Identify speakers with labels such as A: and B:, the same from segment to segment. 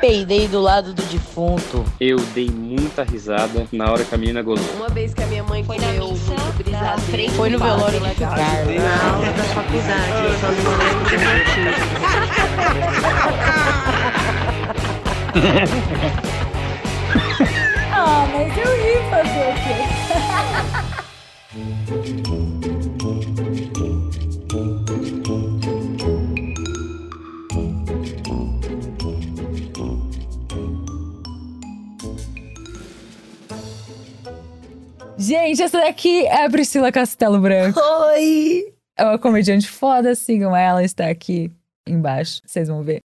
A: Peidei do lado do defunto.
B: Eu dei muita risada na hora que a menina gozou.
C: Uma vez que a minha mãe
D: Foi na
C: comeu um
D: missa,
C: muito
D: na
C: brisadeiro.
D: frente
A: Foi no
D: do padre.
A: velório de Carlos.
E: Na aula da faculdade, eu só não lembro do motivo.
F: Ah, mas eu ri fazer o quê? Gente, essa daqui é a Priscila Castelo Branco.
A: Oi!
F: É uma comediante foda, sigam ela, está aqui embaixo, vocês vão ver.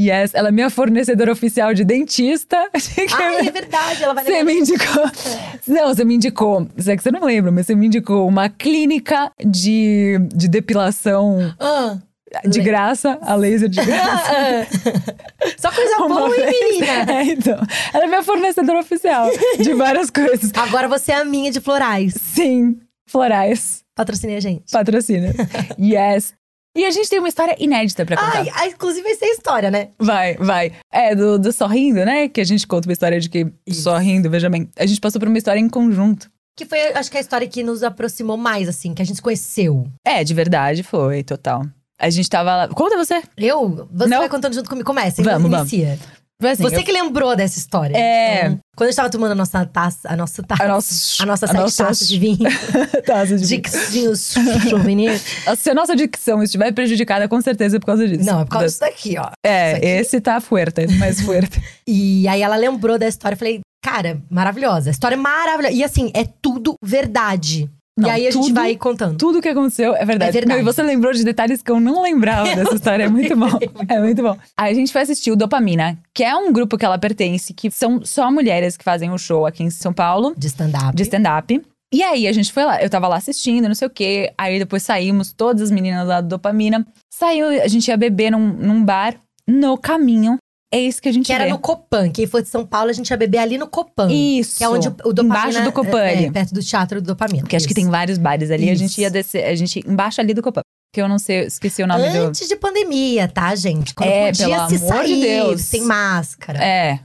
F: Yes, ela é minha fornecedora oficial de dentista.
D: Ai, é verdade, ela vai
F: Você me indicou. Não, você me indicou. Isso é que você não lembra, mas você me indicou uma clínica de, de depilação
D: Ah,
F: de
D: Le-
F: graça, a laser de graça.
D: ah, ah. Só coisa
F: Uma
D: boa, hein,
F: vez.
D: menina?
F: É, então. Ela é minha fornecedora oficial de várias coisas.
D: Agora você é a minha de florais.
F: Sim, florais,
D: Patrocine a gente.
F: patrocina. Yes. E a gente tem uma história inédita pra contar.
D: Ai, ah, inclusive vai ser história, né?
F: Vai, vai. É, do, do sorrindo, né? Que a gente conta uma história de que
D: Isso.
F: sorrindo, veja bem. A gente passou por uma história em conjunto.
D: Que foi, acho que a história que nos aproximou mais, assim, que a gente se conheceu.
F: É, de verdade, foi, total. A gente tava lá. Conta você.
D: Eu? Você
F: Não.
D: vai contando junto comigo. Começa, então
F: Vamos, vamos.
D: inicia.
F: Mas, assim,
D: Você que lembrou dessa história.
F: É.
D: Então, quando a gente tava tomando a nossa taça, a nossa taça,
F: A nossa-
D: a nossa
F: a
D: sete
F: nossa-
D: taças de vinho,
F: eu... Taça de
D: de
F: vinho.
D: vinho souvenir.
F: Se a nossa dicção estiver prejudicada, com certeza é por causa disso.
D: Não, é por causa disso daqui, ó.
F: É,
D: disso aqui.
F: esse tá fuerte, mais fuerte.
D: E aí ela lembrou da história, eu falei, cara, maravilhosa. A história é maravilhosa. E assim, é tudo verdade.
F: Não,
D: e aí a gente
F: tudo-
D: vai contando.
F: Tudo que aconteceu é verdade.
D: É verdade.
F: Meu, e você lembrou de detalhes que eu não lembrava dessa história. É muito bom. É muito bom. Aí a gente foi assistir o Dopamina, que é um grupo que ela pertence, que são só mulheres que fazem o show aqui em São Paulo.
D: De stand-up.
F: de stand-up. E aí a gente foi lá, eu tava lá assistindo, não sei o quê. Aí depois saímos, todas as meninas lá do Dopamina. Saiu, a gente ia beber num, num bar, no caminho. Eis que a gente
D: Que era
F: vê.
D: no Copan. Quem for de São Paulo, a gente ia beber ali no Copan.
F: Isso.
D: Que é onde o, o Dopamina…
F: Embaixo do Copan
D: é,
F: ali.
D: é, perto do Teatro do Dopamina.
F: Porque acho que
D: Isso.
F: tem um vários bares ali. A gente
D: Isso.
F: ia descer, a gente embaixo ali do Copan. Que eu não sei, esqueci o nome do…
D: Antes de pandemia, tá, gente? Quando
F: É,
D: podia
F: pelo
D: se
F: amor
D: sair,
F: de Deus.
D: sem máscara.
F: É,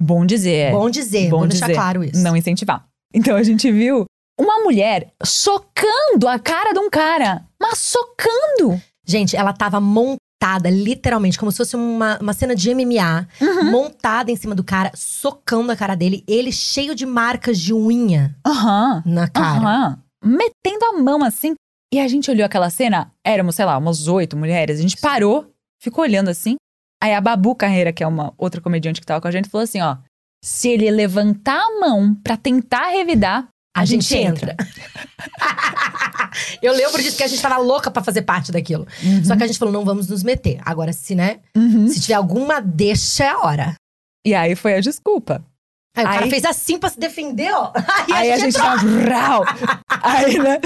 F: bom dizer.
D: Bom dizer,
F: Bom
D: vou deixar
F: dizer.
D: claro isso.
F: Não incentivar. Então a gente viu uma mulher socando a cara de um cara. Mas socando!
D: Gente, ela tava montada, literalmente, como se fosse uma, uma cena de MMA.
F: Uhum.
D: Montada em cima do cara, socando a cara dele. Ele cheio de marcas de unha
F: Aham.
D: na cara.
F: Aham. Metendo a mão assim. E a gente olhou aquela cena, éramos, sei lá, umas oito mulheres. A gente parou, ficou olhando assim. Aí a Babu Carreira, que é uma outra comediante que tava com a gente, falou assim: ó. Se ele levantar a mão pra tentar revidar, a, gente, entra.
D: Eu lembro disso que a gente tava louca pra fazer parte daquilo. Só que a gente falou, não vamos nos meter. Agora, se, né?
F: Uhum.
D: Se tiver alguma, deixa é a hora.
F: E aí foi a desculpa.
D: Aí, o
F: Aí-
D: cara fez assim pra se defender, ó. Aí,
F: aí a gente
D: entrou.
F: tava. Brau! aí, né?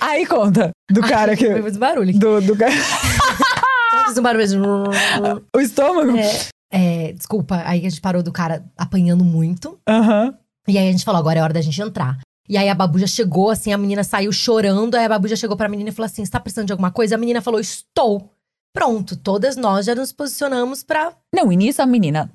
F: Aí conta do cara que.
D: Eu fiz um barulho aqui.
F: Do, do cara.
D: Eu fiz um barulho assim.
F: O estômago?
D: É, desculpa, aí a gente parou do cara apanhando muito.
F: Aham.
D: E aí a gente falou, agora é hora da gente entrar. E aí a Babu já chegou, assim, a menina saiu chorando. Aí a Babu já chegou pra menina e falou assim, você tá precisando de alguma coisa? A menina falou, estou. Pronto, todas nós já nos posicionamos pra...
F: Não, e nisso a menina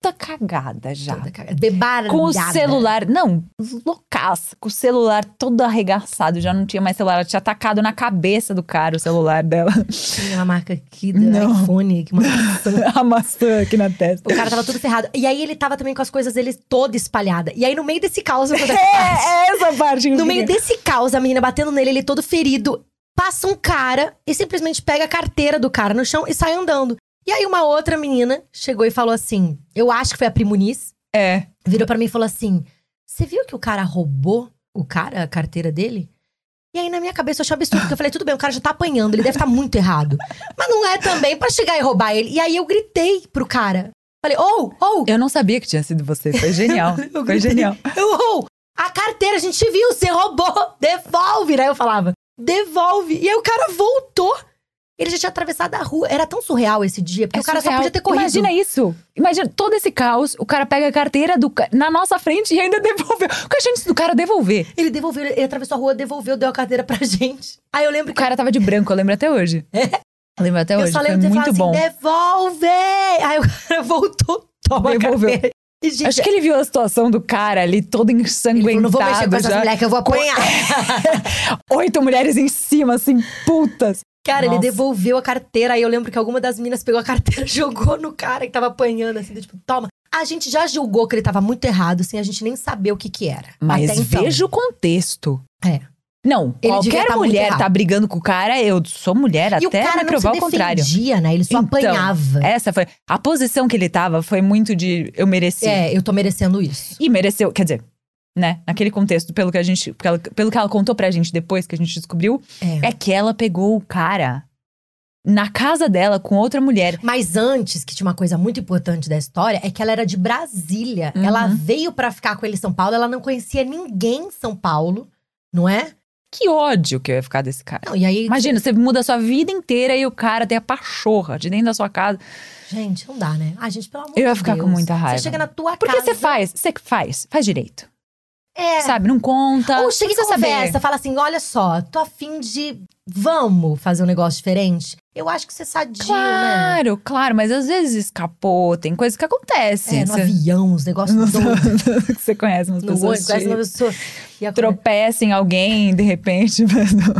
F: toda cagada já.
D: Tá. Bebar.
F: Tá. Com o celular, não, loucaça, com o celular todo arregaçado, já não tinha mais celular, ela tinha atacado na cabeça do cara o celular dela.
D: Tinha uma marca aqui do
F: Não.
D: iPhone. Que uma...
F: a maçã aqui na testa.
D: o cara tava tudo ferrado. E aí ele tava também com as coisas dele toda espalhada. E aí no meio desse caos... eu vou dar-
F: É, é essa parte.
D: No meio desse caos, a menina batendo nele, ele todo ferido. Passa um cara e simplesmente pega a carteira do cara no chão e sai andando. E aí uma outra menina chegou e falou assim: Eu acho que foi a Primuniz.
F: É.
D: Virou pra mim e falou assim: Você viu que o cara roubou o cara, a carteira dele? E aí, na minha cabeça, eu achei um absurdo, porque eu falei, tudo bem, o cara já tá apanhando, ele deve estar muito errado. Mas não é também pra chegar e roubar ele. E aí eu gritei pro cara. Falei, ou, ou,
F: Eu não sabia que tinha sido você, foi genial.
D: Eu
F: foi
D: gritei.
F: genial.
D: Eu, "Ô, a carteira, a gente viu, você roubou, devolve. Daí eu falava, devolve. E aí o cara voltou. Ele já tinha atravessado a rua. Era tão surreal esse dia, porque
F: É
D: o cara
F: surreal.
D: só podia ter corrido.
F: Imagina isso. Imagina todo esse caos, o cara pega a carteira do ca- na nossa frente e ainda devolveu. Qual a chance do cara devolver?
D: Ele devolveu, ele atravessou a rua, devolveu, deu a carteira pra gente. Aí eu lembro
F: O
D: que
F: cara tava de branco, eu lembro até hoje. Lembro até hoje,
D: eu só
F: foi
D: lembro de falar
F: muito
D: assim,
F: bom.
D: devolve! Aí o cara voltou, toma
F: Devolveu.
D: a carteira. E, gente,
F: Acho que ele viu a situação do cara ali todo
D: ele falou,
F: ensanguentado.
D: não vou mexer com essas
F: já.
D: mulheres que eu vou apanhar.
F: Oito mulheres em cima, assim, putas.
D: Cara, ele
F: Nossa.
D: devolveu a carteira. Aí eu lembro que alguma das meninas pegou a carteira, jogou no cara que tava apanhando, assim, do tipo, toma. A gente já julgou que ele tava muito errado, sem a gente nem saber o que que era.
F: Mas
D: Até então.
F: veja o contexto.
D: É.
F: Não,
D: Ele devia
F: qualquer
D: tá muito
F: mulher
D: errado.
F: tá brigando com o cara, eu sou mulher
D: E o
F: até me
D: cara não se
F: provar o contrário.
D: defendia, né? Ele só
F: Então,
D: apanhava.
F: Essa foi. A posição que ele tava foi muito de eu mereci.
D: É, eu tô merecendo isso.
F: E mereceu, quer dizer, né? Naquele contexto, pelo que a gente. Pelo, pelo que ela contou pra gente depois que a gente descobriu,
D: É.
F: é que ela pegou o cara na casa dela com outra mulher.
D: Mas antes, que tinha uma coisa muito importante da história, é que ela era de Brasília.
F: Uhum.
D: Ela veio pra ficar com ele em São Paulo, ela não conhecia ninguém em São Paulo, não é?
F: Que ódio que eu ia ficar desse cara.
D: Não, e aí,
F: Imagina, você muda a sua vida inteira e o cara tem a pachorra de dentro da sua casa.
D: gente, não dá, né? Ah, gente, pelo amor de
F: Eu
D: Deus.
F: ia ficar com muita raiva.
D: Você chega na tua
F: Porque
D: casa.
F: você faz, você que faz, faz direito.
D: É.
F: Sabe, não conta.
D: Ou chega
F: não
D: e
F: precisa
D: conversa,
F: saber.
D: fala assim: olha só, tô afim de. Vamos fazer um negócio diferente? Eu acho que você é sadio, né?
F: Claro, claro, mas às vezes escapou, tem coisas que acontecem.
D: É, no avião, os negócios
F: Não
D: doidos.
F: sei- que você conhece umas
D: No ônibus,
F: pessoas
D: conhece uma
F: que
D: pessoa. E a
F: tropeça em alguém de repente. mas não-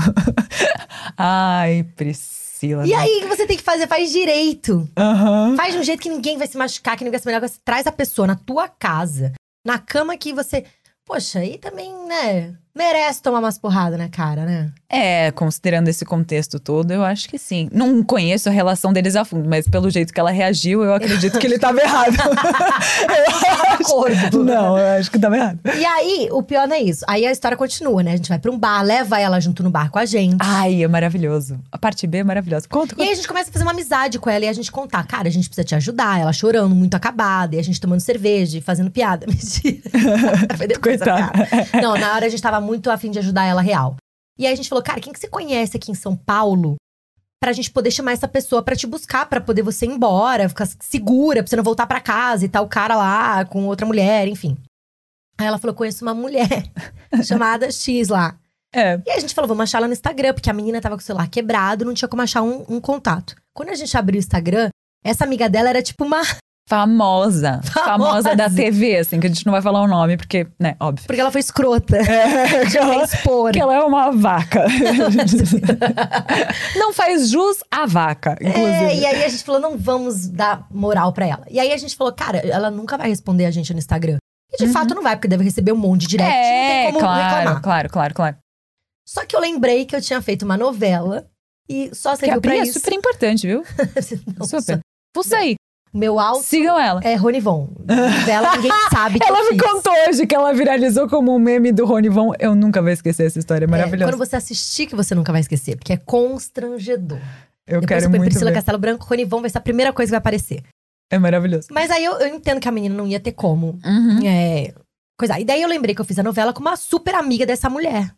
F: Ai, Priscila.
D: E
F: não.
D: aí, o que você tem que fazer? Faz direito.
F: Aham.
D: Faz de um jeito que ninguém vai se machucar, que ninguém vai se melhor. Você traz a pessoa na tua casa, na cama que você. Poxa, aí também, né? Merece tomar umas porradas na cara, né?
F: É, considerando esse contexto todo, eu acho que sim. Não conheço a relação deles a fundo, mas pelo jeito que ela reagiu, eu acredito que ele tava errado. eu acho... Não, eu acho que tava errado.
D: E aí, o pior não é isso. Aí a história continua, né? A gente vai pra um bar, leva ela junto no bar com a gente.
F: Ai, é maravilhoso. A parte B é maravilhosa. Conta,
D: E aí
F: conta.
D: a gente começa a fazer uma amizade com ela e a gente contar, cara, a gente precisa te ajudar. Ela chorando, muito acabada, e a gente tomando cerveja e fazendo piada. Mentira. Foi depois a
F: Coitada.
D: piada. Não, na hora a gente tava muito afim de ajudar ela real. E aí a gente falou, cara, quem que você conhece aqui em São Paulo? Pra gente poder chamar essa pessoa pra te buscar, pra poder você ir embora, ficar segura, pra você não voltar pra casa e tal, o cara lá com outra mulher, enfim. Aí ela falou: conheço uma mulher chamada X lá.
F: É.
D: E a gente falou, vamos achar ela no Instagram, porque a menina tava com o celular quebrado, não tinha como achar um, um contato. Quando a gente abriu o Instagram, essa amiga dela era tipo uma.
F: Famosa.
D: Famosa.
F: Famosa da TV, assim, que a gente não vai falar o nome, porque, né, óbvio.
D: Porque ela foi escrota.
F: É, que
D: Pra
F: ela,
D: expor.
F: que ela é uma vaca. não faz jus à vaca,
D: É,
F: inclusive.
D: e aí a gente falou, não vamos dar moral pra ela. E aí a gente falou, cara, ela nunca vai responder a gente no Instagram. E de
F: Uhum.
D: fato não vai, porque deve receber um monte de direct. não tem como
F: É, claro,
D: reclamar.
F: claro, claro, claro.
D: Só que eu lembrei que eu tinha feito uma novela e só
F: Que a
D: serviu pra
F: Pri é
D: isso.
F: super importante, viu?
D: Não,
F: super. Você aí,
D: Meu alto
F: sigam ela.
D: é Ronivon. Novela, ninguém sabe que eu
F: Ela me
D: fiz.
F: contou hoje que ela viralizou como um meme do Rony Von. Eu nunca vou esquecer essa história
D: É,
F: maravilhosa.
D: quando você assistir, que você nunca vai esquecer, porque é constrangedor.
F: eu
D: Depois
F: quero
D: Super
F: muito
D: Priscila
F: ver.
D: Castelo Branco, Ronivon vai ser a primeira coisa que vai aparecer.
F: É maravilhoso.
D: Mas aí eu, eu entendo que a menina não ia ter como.
F: Uhum.
D: É, coisa. E daí eu lembrei que eu fiz a novela com uma super amiga dessa mulher.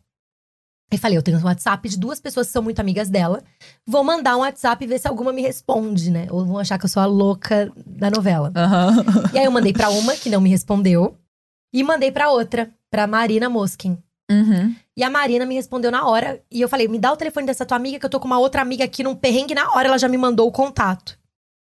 D: E falei, eu tenho um WhatsApp de duas pessoas que são muito amigas dela. Vou mandar um WhatsApp e ver se alguma me responde, né? Ou vão achar que eu sou a louca da novela.
F: Aham.
D: E aí eu mandei pra uma que não me respondeu. E mandei pra outra, pra Marina Moskin.
F: Uhum.
D: E a Marina me respondeu na hora. E eu falei, me dá o telefone dessa tua amiga, que eu tô com uma outra amiga aqui num perrengue. Na hora ela já me mandou o contato.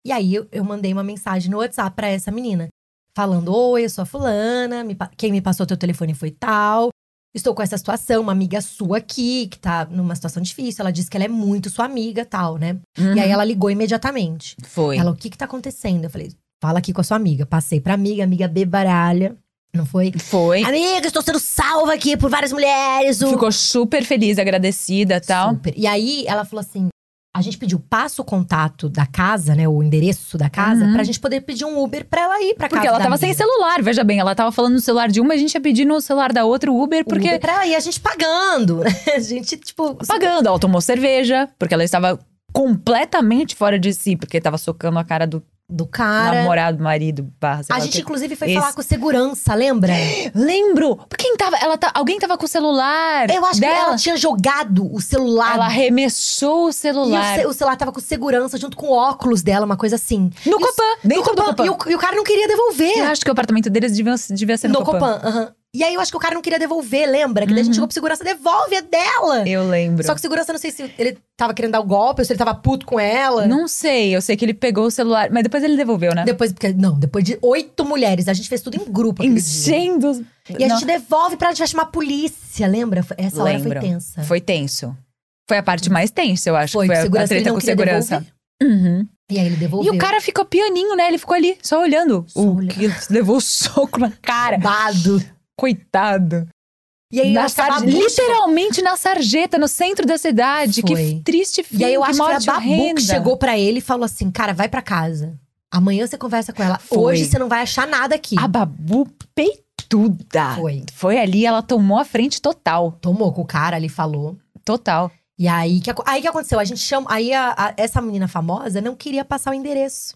D: E aí eu, eu mandei uma mensagem no WhatsApp pra essa menina. Falando, oi, eu sou a fulana. me pa- quem me passou teu telefone foi tal. Estou com essa situação, uma amiga sua aqui, que tá numa situação difícil. Ela disse que ela é muito sua amiga tal, né? E aí ela ligou imediatamente.
F: Uhum. foi.
D: Ela, o que que tá acontecendo? Eu falei, fala aqui com a sua amiga. Passei pra amiga, a amiga bebaralha. Não foi?
F: Foi.
D: Amiga, estou sendo salva aqui por várias mulheres. o-
F: Ficou super feliz, agradecida e tal.
D: Super. E aí ela falou assim: a gente pediu, passa o contato da casa, né? O endereço da casa,
F: Uhum.
D: pra gente poder pedir um Uber pra ela ir pra casa.
F: Porque ela
D: da
F: tava sem
D: amiga.
F: celular, veja bem. Ela tava falando no celular de uma, a gente ia pedir no celular da outra o Uber, porque.
D: Um Uber pra ela ir, a gente pagando. né? a gente, tipo.
F: Pagando, ela tomou cerveja, porque ela estava completamente fora de si, porque tava socando a cara do
D: Do cara.
F: namorado, marido, barra, sei
D: A
F: lá o
D: gente,
F: quê.
D: inclusive, foi
F: Esse-
D: falar com segurança, lembra?
F: Lembro! Quem tava, ela tá, alguém tava com o celular
D: Eu acho que ela
F: É, dela.
D: tinha jogado o celular.
F: Ela arremessou o celular.
D: E o, ce- o celular tava com segurança, junto com o óculos dela, uma coisa assim.
F: No
D: E o-
F: Copan! Dentro do Copan.
D: E o, e o cara não queria
F: Eu
D: devolver.
F: acho que o apartamento deles devia, devia ser no,
D: no Copan. aham. E aí eu acho que o cara não queria devolver, lembra? Que daí
F: é
D: a
F: Uhum.
D: gente chegou pro segurança, devolve, é dela!
F: Eu lembro.
D: Só que o segurança, não sei se ele tava querendo dar o golpe ou se ele tava puto com ela.
F: Não sei, eu sei que ele pegou o celular, mas depois ele devolveu, né?
D: Depois, porque, não, depois de oito mulheres, a gente fez tudo em grupo. aquele dia.
F: Enchendo. os-
D: E a
F: Não,
D: gente devolve pra ela, a gente vai chamar a polícia, lembra? Foi- Essa hora
F: Lembro.
D: foi tensa.
F: Foi tenso. Foi a parte mais tensa, eu acho. Foi,
D: que
F: a- a
D: ele
F: treta
D: não
F: com
D: queria
F: segurança.
D: devolver.
F: Uhum.
D: E aí ele devolveu.
F: E o cara ficou pianinho, né? Ele ficou ali, só olhando.
D: Só
F: o
D: olhando.
F: que levou o soco na é cara.
D: Bado.
F: Coitado.
D: E aí eu
F: na
D: acho que a
F: sarje-
D: Babu-
F: Literalmente na sarjeta, no centro da cidade.
D: Foi.
F: Que triste fim.
D: E aí eu
F: que
D: acho que foi a
F: morte
D: Babu
F: horrenda.
D: que chegou pra ele e falou assim: cara, vai pra casa. Amanhã você conversa com ela.
F: Foi.
D: Hoje você não vai achar nada aqui.
F: A Babu peituda.
D: Foi.
F: Foi ali, ela tomou a frente total.
D: Tomou com o cara ali, falou.
F: Total.
D: E aí que, aco- aí que aconteceu? A gente chama. Aí a- a- essa menina famosa não queria passar o endereço.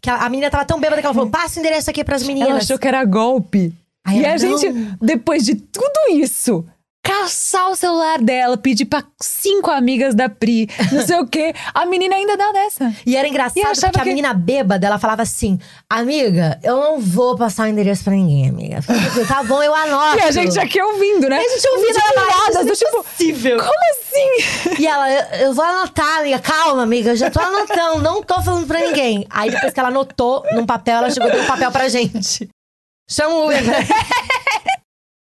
D: Que a, a menina tava tão bêbada que ela falou: passa o endereço aqui pras meninas.
F: Hum. Ela achou que era golpe.
D: Aí
F: e
D: ela,
F: a gente,
D: "Não".
F: depois de tudo isso, caçar o celular dela, pedir pra cinco amigas da Pri, não sei o quê. A menina ainda dá dessa.
D: E era
F: E eu
D: engraçado
F: achava
D: porque a
F: que-
D: menina bêbada, ela falava assim: Amiga, eu não vou passar o endereço pra ninguém, amiga. Fica tranquila, tá bom, eu anoto.
F: E a gente aqui ouvindo, né?
D: E a gente ouvindo ela lá,
F: ela do tipo,
D: possível.
F: como assim?
D: E ela, eu, eu vou anotar, amiga. Calma, amiga, eu já tô anotando, não tô falando pra ninguém. Aí depois que ela anotou num papel, ela chegou e deu um papel pra gente. Chama o Uber. né?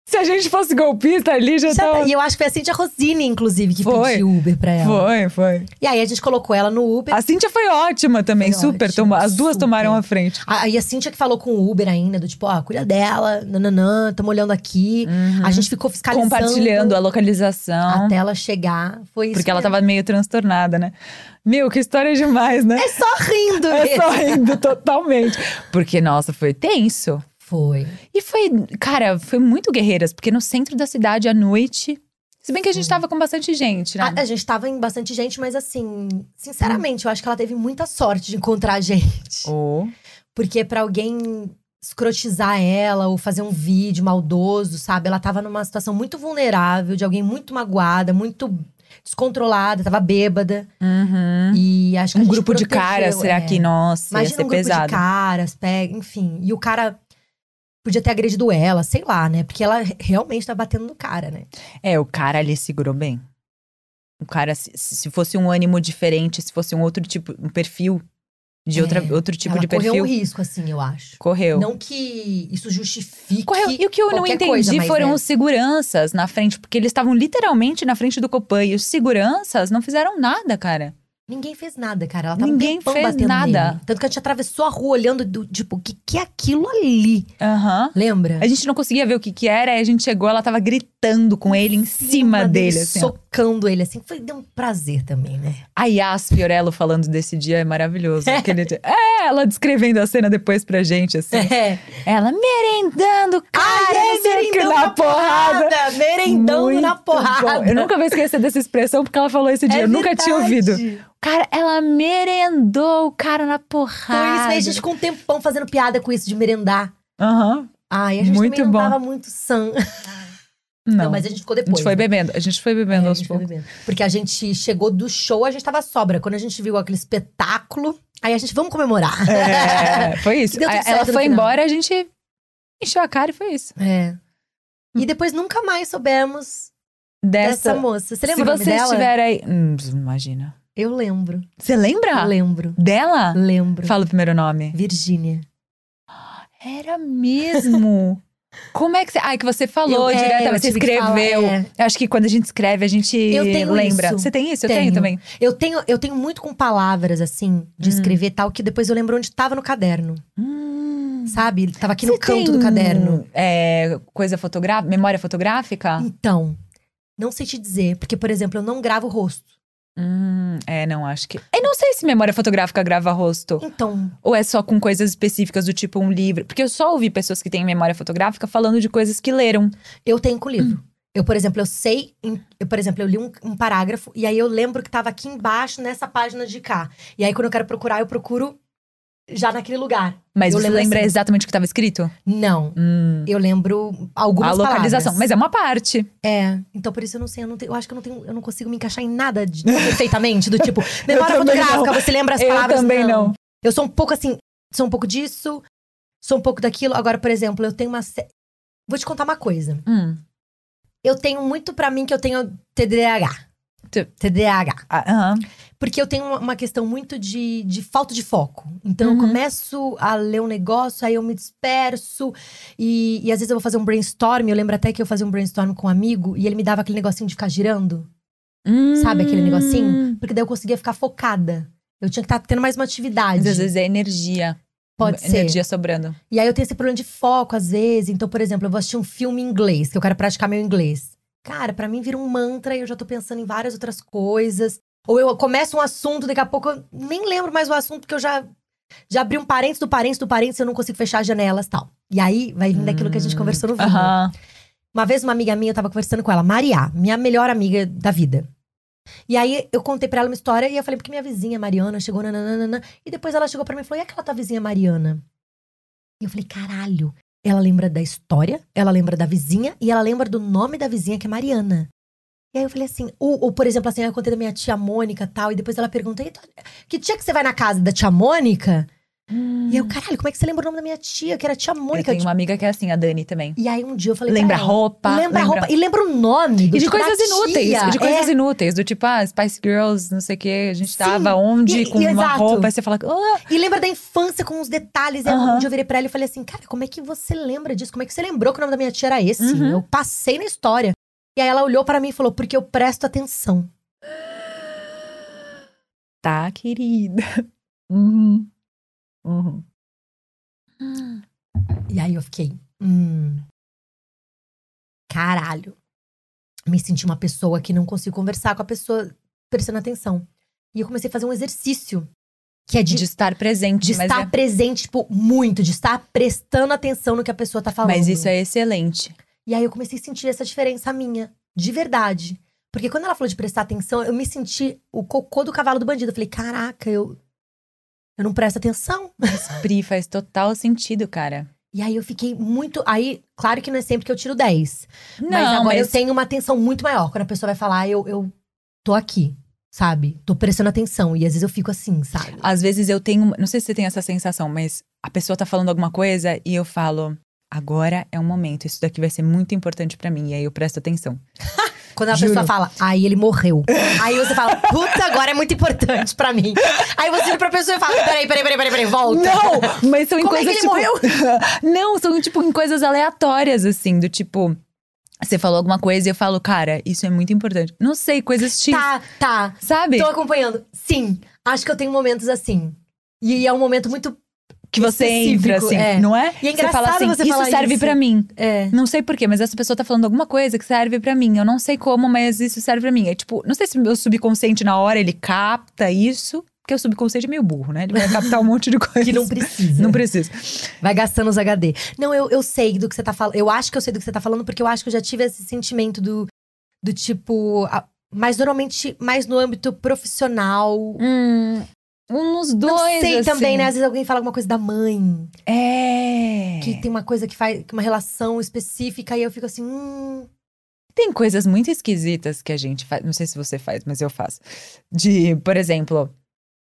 F: Se a gente fosse golpista ali, já tava...
D: E eu acho que foi a Cintia Rosini, inclusive, que
F: Foi.
D: pediu Uber pra ela.
F: Foi, foi.
D: E aí a gente colocou ela no Uber.
F: A Cíntia foi ótima também,
D: Foi
F: super.
D: ótima,
F: tomou- as duas
D: super.
F: tomaram a frente.
D: Aí a Cintia que falou com o Uber ainda, do tipo, ó, cuida dela, nananã, tamo olhando aqui. A gente ficou fiscalizando.
F: Uhum. Compartilhando a localização.
D: Até ela chegar. Foi isso.
F: Porque ela
D: mesmo.
F: tava meio transtornada, né? Meu, que história demais, né?
D: É só rindo,
F: É
D: mesmo.
F: só rindo totalmente. Porque, nossa, foi tenso.
D: Foi.
F: E foi, cara, foi muito guerreiras, porque no centro da cidade, à noite. Se bem que a gente tava com bastante gente, né?
D: A, a gente tava em bastante gente, mas assim, sinceramente, eu acho que ela teve muita sorte de encontrar a gente.
F: Ou-
D: Porque é pra alguém escrotizar ela ou fazer um vídeo maldoso, sabe? Ela tava numa situação muito vulnerável, de alguém muito magoada, muito descontrolada, tava bêbada.
F: Uhum.
D: E acho que a
F: Um
D: gente
F: grupo de
D: protegeu,
F: cara, será
D: é.
F: que, nossa,
D: Imagina
F: ia ser
D: um grupo
F: pesado.
D: de caras, pega, enfim. E o cara podia ter agredido ela, sei lá, né? Porque ela re- realmente tá batendo no cara, né?
F: É, o cara ali segurou bem. O cara, se, se fosse um ânimo diferente, se fosse um outro tipo, um perfil de outra,
D: É,
F: outro tipo
D: ela
F: de
D: correu
F: perfil,
D: um risco, assim, eu acho.
F: correu.
D: Não que isso justifique.
F: Correu. E o que eu não
D: qualquer
F: entendi
D: coisa, mas,
F: foram
D: né?
F: os seguranças na frente, porque eles estavam literalmente na frente do Copan e os seguranças não fizeram nada, cara.
D: Ninguém fez nada, cara. Ela tava
F: Ninguém
D: um tempão
F: fez
D: batendo
F: nada.
D: nele. Tanto que a gente atravessou a rua olhando, do, tipo, o que, que é aquilo ali?
F: Aham.
D: Lembra?
F: A gente não conseguia ver o que que era, aí a gente chegou, ela tava gritando com ele em cima dele, assim. ó.
D: Socando ele, assim. Foi, deu um prazer também, né?
F: A Yas Fiorello falando desse dia é maravilhoso. aquele dia. É, ela descrevendo a cena depois pra gente, assim.
D: É.
F: Ela merendando, cara, não sei o que,
D: merendando
F: na porrada.
D: Merendando na
F: Muito
D: porrada.
F: bom. Eu nunca vou esquecer dessa expressão, porque ela falou esse dia,
D: É
F: eu nunca tinha
D: verdade.
F: ouvido. Cara, ela merendou o cara na porrada.
D: Então isso, aí a gente ficou um tempão fazendo piada com isso de merendar.
F: Aham.
D: Ai, a gente
F: Muito
D: também não
F: bom.
D: tava muito sã.
F: Não,
D: Não, mas a gente ficou
F: a
D: depois.
F: gente foi bebendo, a gente foi bebendo
D: É, a
F: aos
D: gente foi
F: poucos.
D: bebendo. Porque a gente chegou do show, a gente tava sobra. Quando a gente viu aquele espetáculo, aí a gente, vamos comemorar.
F: É, foi isso.
D: E deu tudo
F: A-
D: certo
F: Ela
D: no
F: foi
D: final.
F: embora, a gente encheu a cara e foi isso.
D: É. E depois nunca mais soubemos dessa,
F: Dessa,
D: moça. Você lembra
F: Se
D: o nome
F: vocês
D: dela?
F: estiver aí. Hum, imagina.
D: Eu lembro.
F: Você lembra?
D: Lembro.
F: Dela?
D: Lembro.
F: Fala o primeiro nome.
D: Virgínia.
F: Era mesmo. Como é que você. Ai, que você falou
D: Eu- é,
F: diretamente. Você
D: eu tive que falar,
F: escreveu.
D: é.
F: Eu acho que quando a gente escreve, a gente
D: Eu tenho
F: lembra.
D: isso.
F: Você tem isso? Eu tenho,
D: Tenho.
F: também.
D: Eu tenho, eu tenho muito com palavras, assim,
F: Hum.
D: de escrever tal, que depois eu lembro onde tava no caderno. Sabe? Ele Tava Hum, aqui no
F: Você
D: canto
F: tem,
D: do caderno.
F: É, coisa fotográfica, memória fotográfica?
D: Então, não sei te dizer. Porque, por exemplo, eu não gravo o rosto.
F: Hum, é, não, acho que. Eu não sei se memória fotográfica grava rosto.
D: Então,
F: Ou é só com coisas específicas do tipo um livro. Porque eu só ouvi pessoas que têm memória fotográfica falando de coisas que leram.
D: eu tenho com o
F: Hum.
D: livro. Eu, por exemplo, eu sei. em- Eu, por exemplo, eu li um, um parágrafo e aí eu lembro que tava aqui embaixo, nessa página de cá. E aí, quando eu quero procurar, eu procuro já naquele lugar.
F: Mas
D: Eu
F: você
D: lembro
F: lembra
D: assim.
F: exatamente o que estava escrito?
D: Não.
F: Hum,
D: Eu lembro algumas
F: a localização.
D: palavras.
F: Mas é uma parte.
D: É, então por isso eu não sei, eu, não tenho- eu acho que eu não tenho, eu não consigo me encaixar em nada de- perfeitamente, do tipo, memória
F: Eu também
D: fotográfica, você lembra as
F: Eu
D: palavras?
F: também não.
D: Eu sou um pouco assim, sou um pouco disso, sou um pouco daquilo. Agora, por exemplo, eu tenho uma sé- Vou te contar uma coisa.
F: Hum.
D: Eu tenho muito pra mim que eu tenho TDAH.
F: Tu-
D: TDAH.
F: Ah, aham.
D: Porque eu tenho uma- uma questão muito de, de falta de foco. Então
F: Uhum.
D: eu começo a ler um negócio, aí eu me disperso. E, e às vezes eu vou fazer um brainstorm. Eu lembro até que eu fazia um brainstorm com um amigo e ele me dava aquele negocinho de ficar girando. Sabe aquele negocinho? Porque daí eu conseguia ficar focada. Eu tinha que estar tendo mais uma atividade.
F: Mas às vezes é energia.
D: Pode ser.
F: Energia sobrando.
D: E aí eu tenho esse problema de foco, às vezes. Então, por exemplo, eu vou assistir um filme em inglês, que eu quero praticar meu inglês. Cara, pra mim vira um mantra e eu já tô pensando em várias outras coisas. Ou eu começo um assunto, daqui a pouco eu nem lembro mais o assunto, porque eu já, já abri um parênteses do parênteses do parênteses, eu não consigo fechar as janelas tal. E aí vai vindo aquilo que a gente
F: Hum,
D: conversou no vídeo.
F: Aham.
D: Uma vez uma amiga minha, eu tava conversando com ela, Maria, minha melhor amiga da vida. E aí eu contei pra ela uma história e eu falei, porque minha vizinha Mariana chegou, nananana. E depois ela chegou pra mim e falou, e aquela tua vizinha Mariana? E eu falei, caralho, ela lembra da história, ela lembra da vizinha e ela lembra do nome da vizinha que é Mariana. E aí eu falei assim, ou, ou, por exemplo, assim, eu contei da minha tia Mônica e tal, e depois ela pergunta, "E tu- que dia que você vai na casa da tia Mônica? E eu, caralho, como é que você lembra o nome da minha tia, que era tia
F: Eu
D: Mônica?
F: tenho uma amiga que é assim, a Dani também.
D: E aí um dia eu falei, pra
F: Lembra
D: ela,
F: roupa.
D: Lembra a roupa e lembra o nome do
F: E de
D: tipo, da
F: coisas
D: tia.
F: inúteis, de
D: É.
F: coisas inúteis, do tipo, ah, Spice Girls, não sei o que, a gente
D: Sim.
F: tava onde,
D: E-
F: com
D: e-
F: uma
D: exato.
F: roupa, e você fala, ah,
D: E lembra da infância com os detalhes. E aí,
F: Aham.
D: um dia eu virei pra ela e falei assim: Cara, como é que você lembra disso? Como é que você lembrou que o nome da minha tia era esse?
F: Uhum.
D: Eu passei na história. E aí ela olhou pra mim e falou: Porque eu presto atenção.
F: tá, querida. Uhum. Uhum.
D: E aí eu fiquei: Hum. Caralho. Me senti uma pessoa que não consigo conversar com a pessoa prestando atenção. E eu comecei a fazer um exercício que é de,
F: De estar presente,
D: de
F: mas,
D: estar
F: é-
D: presente, tipo, muito, de estar prestando atenção no que a pessoa tá falando.
F: mas isso é excelente.
D: E aí eu comecei a sentir essa diferença minha, de verdade. Porque quando ela falou de prestar atenção, eu me senti o cocô do cavalo do bandido. Eu falei, caraca, eu, eu não presto atenção.
F: Pri, faz total sentido, cara.
D: E aí eu fiquei muito. Aí, claro que não é sempre que eu tiro 10.
F: Não,
D: mas agora
F: mas
D: eu tenho uma atenção muito maior. Quando a pessoa vai falar, eu, eu tô aqui, sabe? Tô prestando atenção. E às vezes eu fico assim, sabe?
F: Às vezes eu tenho. Não sei se você tem essa sensação, mas a pessoa tá falando alguma coisa e eu falo. Agora é o momento, isso daqui vai ser muito importante pra mim. E aí eu presto atenção.
D: Quando a
F: Juro.
D: pessoa fala, aí ele morreu. Aí você fala, puta, agora é muito importante pra mim. Aí você vira pra pessoa e fala, peraí, peraí, peraí, peraí, peraí volta.
F: Não! Mas são em
D: Como é
F: coisas.
D: que ele
F: tipo,
D: morreu?
F: não, são tipo em coisas aleatórias, assim, do tipo. Você falou alguma coisa e eu falo, cara, isso é muito importante. Não sei, coisas X.
D: Tá, tá.
F: Sabe?
D: Tô acompanhando. Sim, acho que eu tenho momentos assim. E é um momento muito.
F: que você entra,
D: específico,
F: assim,
D: é.
F: não é?
D: E é
F: você fala
D: engraçado
F: assim,
D: você
F: isso
D: falar
F: serve
D: isso.
F: pra mim.
D: É.
F: Não sei porquê, mas essa pessoa tá falando alguma coisa que serve pra mim. Eu não sei como, mas isso serve pra mim. É tipo, não sei se meu subconsciente na hora ele capta isso, porque o subconsciente é meio burro, né? Ele vai captar um monte de coisa.
D: Que não precisa.
F: Não precisa.
D: Vai gastando os HD. Não, eu, eu sei do que você tá falando. Eu acho que eu sei do que você tá falando, porque eu acho que eu já tive esse sentimento do, do tipo. a- mas normalmente mais no âmbito profissional.
F: Hum, um nos dois.
D: Não sei
F: assim.
D: também, né? Às vezes alguém fala alguma coisa da mãe,
F: É.
D: que tem uma coisa que faz. que uma relação específica, e eu fico assim, hum.
F: Tem coisas muito esquisitas que a gente faz. Não sei se você faz, mas eu faço. De, por exemplo,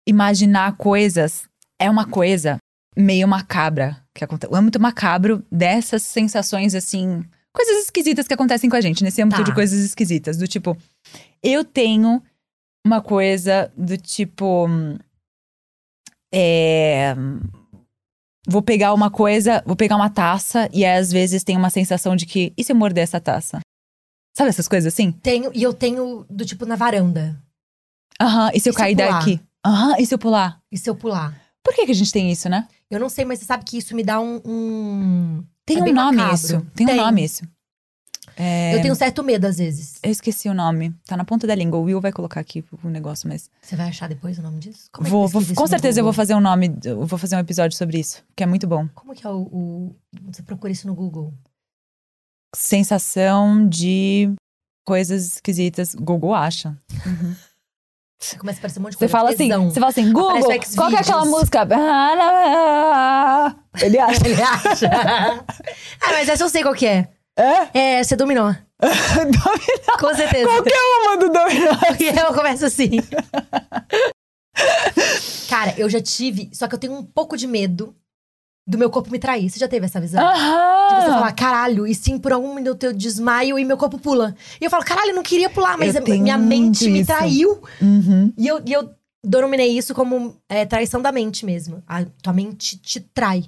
F: imaginar coisas é uma coisa meio macabra que acontece. O âmbito macabro dessas sensações assim. Coisas esquisitas que acontecem com a gente, nesse âmbito
D: Tá.
F: de coisas esquisitas. Do tipo, eu tenho uma coisa do tipo. hum, É. hum, Vou pegar uma coisa, vou pegar uma taça, e aí, às vezes tem uma sensação de que. E se eu morder essa taça? Sabe essas coisas assim?
D: Tenho, e eu tenho do tipo na varanda.
F: Aham, e se eu
D: E se eu
F: cair
D: pular?
F: daqui? Aham, e se eu pular?
D: E se eu pular?
F: Por que, que a gente tem isso, né?
D: Eu não sei, mas você sabe que isso me dá um- um
F: Tem
D: É
F: um
D: bem
F: nome
D: macabro.
F: isso. Tem, um
D: Tem.
F: nome isso. É, eu,
D: Eu tenho certo medo, às vezes.
F: esqueci o nome. Tá na ponta da língua. O Will vai colocar aqui o negócio, mas.
D: Você vai achar depois o nome disso? Como é que
F: vou, vou-
D: pesquisa isso
F: com
D: no
F: certeza eu vou
D: Google?
F: fazer um nome. Eu vou fazer um episódio sobre isso, que é muito bom.
D: Como que é o, o- Você procura isso no Google?
F: Sensação de coisas esquisitas. Google acha.
D: Você começa a aparecer um monte de
F: Você
D: coisa.
F: fala assim,
D: tesão.
F: você fala assim,
D: Aparece
F: Google,
D: o
F: qual que é aquela
D: Xvideos.
F: música? Ele acha.
D: Ele acha. ah, mas essa eu sei qual que é.
F: É? é
D: É, você dominó. Com certeza.
F: Qualquer uma do Dominó.
D: E eu começo assim. Cara, eu já tive. Só que eu tenho um pouco de medo do meu corpo me trair. Você já teve essa visão? De Tipo, você
F: Aham!
D: falar, caralho, e sim, por algum minuto eu desmaio e meu corpo pula. E eu falo, caralho, eu não queria pular, mas
F: Eu
D: a-
F: tenho
D: minha
F: muito
D: mente me
F: isso.
D: traiu.
F: Uhum.
D: E eu, e eu denominei isso como é, traição da mente mesmo. A tua mente te trai.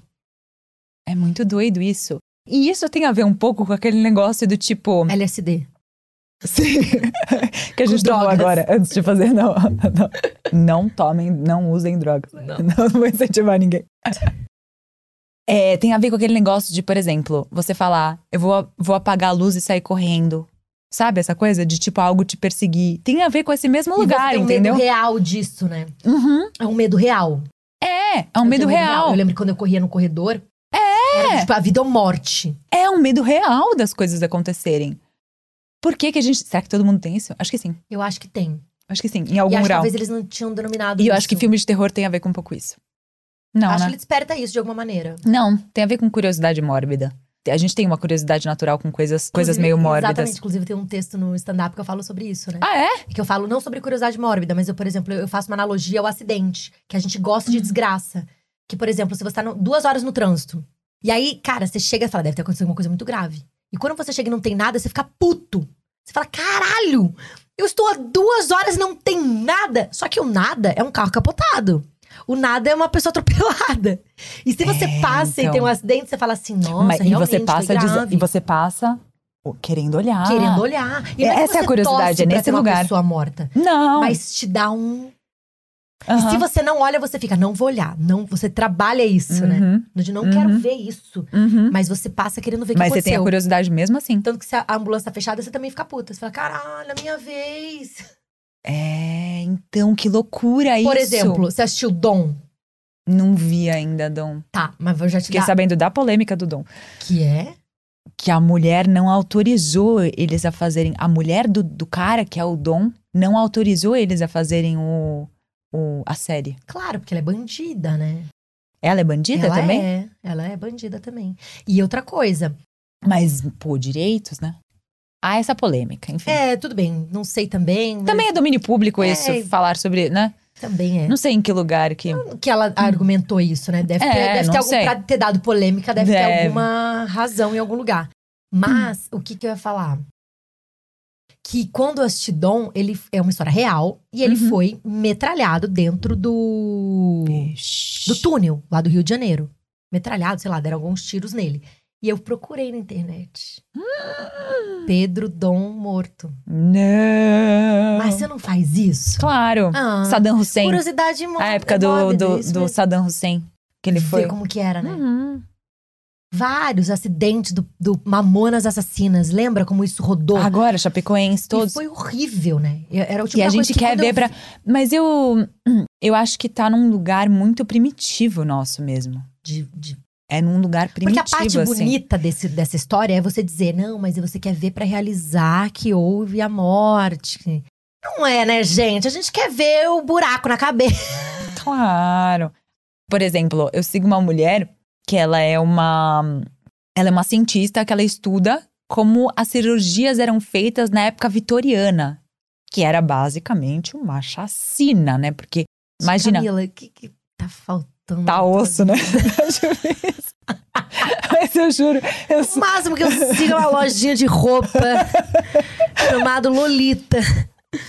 F: É muito doido isso. E isso tem a ver um pouco com aquele negócio do tipo.
D: LSD.
F: Sim. que a gente
D: É Com
F: tomou
D: drogas.
F: agora, antes de fazer. Não, não. Não tomem, não usem drogas. Não, vou incentivar ninguém. É, tem a ver com aquele negócio de, por exemplo, você falar, eu vou, vou apagar a luz e sair correndo. Sabe essa coisa de, tipo, algo te perseguir? Tem a ver com esse mesmo lugar,
D: e você tem um
F: entendeu?
D: medo real disso, né?
F: Uhum.
D: É um medo real.
F: É, é um
D: Eu
F: medo
D: tenho
F: real.
D: Eu lembro quando eu corria no corredor. É! Era, tipo, a vida ou morte.
F: É um medo real das coisas acontecerem. Por que que a gente. Será que todo mundo tem isso? Acho que sim.
D: Eu acho que tem.
F: Acho que sim, em
D: e
F: algum
D: acho que
F: grau.
D: talvez eles não tinham denominado
F: E eu
D: isso.
F: acho que filme de terror tem a ver com um pouco isso. Não,
D: Acho
F: né?
D: que ele desperta isso de alguma maneira.
F: Não, tem a ver com curiosidade mórbida. A gente tem uma curiosidade natural com coisas, coisas
D: Inclusive-
F: meio mórbidas.
D: Exatamente. Inclusive, tem um texto no stand-up que eu falo sobre isso, né?
F: Ah, é?
D: Que eu falo não sobre curiosidade mórbida, mas eu, por exemplo, eu faço uma analogia ao acidente. Que a gente gosta
F: Uhum.
D: de desgraça. Que, por exemplo, se você tá no- duas horas no trânsito. E aí, cara, você chega e fala, deve ter acontecido alguma coisa muito grave. E quando você chega e não tem nada, você fica puto. Você fala, caralho, eu estou há duas horas e não tem nada. Só que o nada é um carro capotado. O nada é uma pessoa atropelada. E se você
F: É,
D: passa e
F: então.
D: tem um acidente, você fala assim, nossa,
F: Mas- e
D: realmente
F: você passa
D: foi
F: diz-
D: grave
F: e você passa oh, querendo olhar.
D: querendo olhar. E não
F: Essa é
D: que
F: a
D: você
F: curiosidade,
D: torce
F: é
D: pra
F: nesse
D: ter uma
F: lugar.
D: pessoa morta,
F: Não.
D: mas te dá um. E
F: Aham.
D: se você não olha, você fica, não vou olhar. Não, você trabalha isso, né?
F: Uhum,
D: No de não
F: Uhum.
D: quero ver isso.
F: uhum.
D: Mas você passa querendo ver o que
F: Mas você tem a
D: aconteceu.
F: curiosidade mesmo assim.
D: Tanto que se a ambulância tá fechada, você também fica puta. Você fala, caralho, é minha vez.
F: É, então que loucura isso.
D: Por exemplo, você assistiu Dom.
F: Não vi ainda, Dom.
D: Tá, mas vou já te
F: Fiquei
D: dar.
F: sabendo da polêmica do Dom.
D: Que é?
F: que a mulher não autorizou eles a fazerem. A mulher do, do cara, que é o Dom, não autorizou eles a fazerem o, o- a série.
D: Claro, porque ela é bandida, né?
F: Ela é bandida
D: ela
F: também?
D: É, ela é bandida também. E outra coisa,
F: Mas, pô, direitos, né? Há essa polêmica, enfim.
D: é, tudo bem, não sei também. mas
F: Também é domínio público
D: É.
F: isso, falar sobre, né?
D: Também é.
F: Não sei em que lugar que.
D: que ela argumentou isso, né? Deve ter,
F: É,
D: deve
F: não
D: ter algum,
F: sei.
D: pra ter dado polêmica, deve,
F: Deve.
D: ter alguma razão em algum lugar. Mas, o que que eu ia falar? Que quando eu assisti Dom, ele é uma história real e ele
F: Uhum.
D: foi metralhado dentro do.
F: Ixi.
D: do túnel, lá do Rio de Janeiro. Metralhado, sei lá, deram alguns tiros nele. E eu procurei na internet.
F: Ah.
D: Pedro Dom morto.
F: Não.
D: Mas você não faz isso?
F: Claro.
D: Ah,
F: Saddam Hussein.
D: curiosidade mó-
F: A época do,
D: mórbida,
F: do,
D: isso
F: do
D: mesmo.
F: Saddam Hussein. Que ele foi.
D: Ver como que era, né?
F: Uhum.
D: vários acidentes do, do Mamonas Assassinas. Lembra como isso rodou?
F: Agora, Chapecoense, Ah, todos.
D: E foi horrível, né? E- Era o tipo
F: e a
D: da coisa
F: gente
D: que
F: quer
D: quando eu
F: ver pra.
D: vi-
F: Mas eu. Eu acho que tá num lugar muito primitivo nosso mesmo.
D: de- de-
F: É num lugar
D: Porque
F: primitivo.
D: a parte
F: assim.
D: bonita desse, dessa história é você dizer, não, mas você quer ver pra realizar que houve a morte. Não é, né, gente? A gente quer ver o buraco na cabeça.
F: Claro. Por exemplo, eu sigo uma mulher que ela é uma. Ela é uma cientista que ela estuda como as cirurgias eram feitas na época vitoriana. Que era basicamente uma chacina, né? Porque, imagina,
D: Camila, o que, que tá faltando?
F: tá osso, né? Mas eu juro, eu
D: O máximo que eu sigo é uma lojinha de roupa chamado Lolita.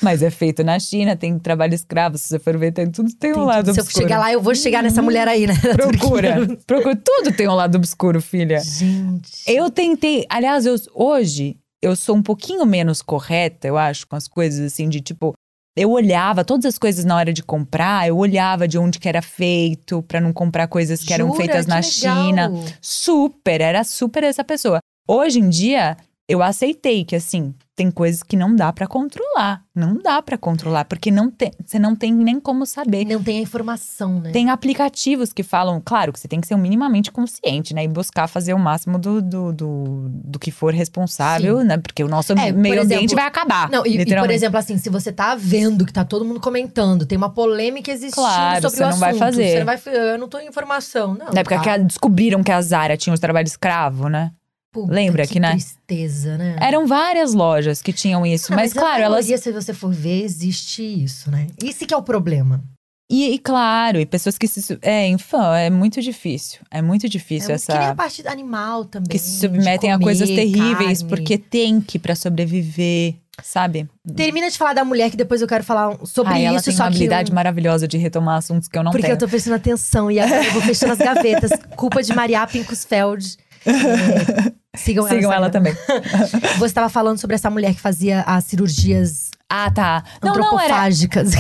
F: Mas é feito na China, tem trabalho escravo. Se você for ver, tem tudo tem um
D: Tem
F: lado
D: tudo. Se eu
F: obscuro.
D: chegar lá, eu vou chegar nessa mulher aí, né? da
F: procura,
D: Turquia.
F: procura. Tudo tem um lado obscuro, filha.
D: Gente.
F: Eu tentei. Aliás, eu, hoje eu sou um pouquinho menos correta, eu acho, com as coisas assim de tipo. Eu olhava todas as coisas na hora de comprar, eu olhava de onde que era feito, pra não comprar coisas que eram
D: Jura?
F: feitas
D: Que
F: na
D: legal.
F: China. Super, era super essa pessoa. Hoje em dia, eu aceitei que, assim, tem coisas que não dá pra controlar. Não dá pra controlar, porque não tem, você não tem nem como
D: E
F: saber.
D: não tem a informação, né?
F: Tem aplicativos que falam, claro, que você tem que ser minimamente consciente, né? E buscar fazer o máximo do, do, do, do que for responsável, né? Porque o nosso
D: É, por
F: meio ambiente
D: exemplo-
F: vai acabar.
D: Não, e- e, por
F: literalmente.
D: exemplo, assim, se você tá vendo que tá todo mundo comentando, tem uma polêmica existindo
F: Claro,
D: sobre
F: você
D: o
F: não
D: assunto.
F: vai fazer. Né,
D: Você não vai. fa- Eu não tô em informação, não.
F: Na época
D: tá?
F: que a- descobriram que a Zara tinha os trabalhos escravo, né?
D: Puta,
F: lembra que, né?
D: tristeza, né?
F: Eram várias lojas que tinham isso,
D: Ah,
F: mas,
D: a
F: claro, elas
D: maioria, Se você for ver, existe isso, né? Esse que é o problema.
F: E, e claro, e pessoas que se. su- É, infam, é muito difícil. É muito difícil
D: É muito
F: essa.
D: que nem a parte animal também.
F: que se
D: de
F: submetem a
D: comer
F: coisas terríveis,
D: carne.
F: porque tem que pra sobreviver, sabe?
D: Termina de falar da mulher, que depois eu quero falar um- sobre
F: Ai,
D: isso.
F: Ah, ela tem
D: só
F: uma
D: que
F: habilidade
D: eu-
F: maravilhosa de retomar assuntos que eu não
D: Porque
F: tenho.
D: eu tô prestando atenção e agora eu vou fechando as gavetas. Culpa de Maria Pinkusfeld. É, sigam,
F: Sigam ela
D: ela.
F: também.
D: também. Você tava falando sobre essa mulher que fazia as cirurgias
F: Ah, tá. Não, não, era.
D: antropofágicas.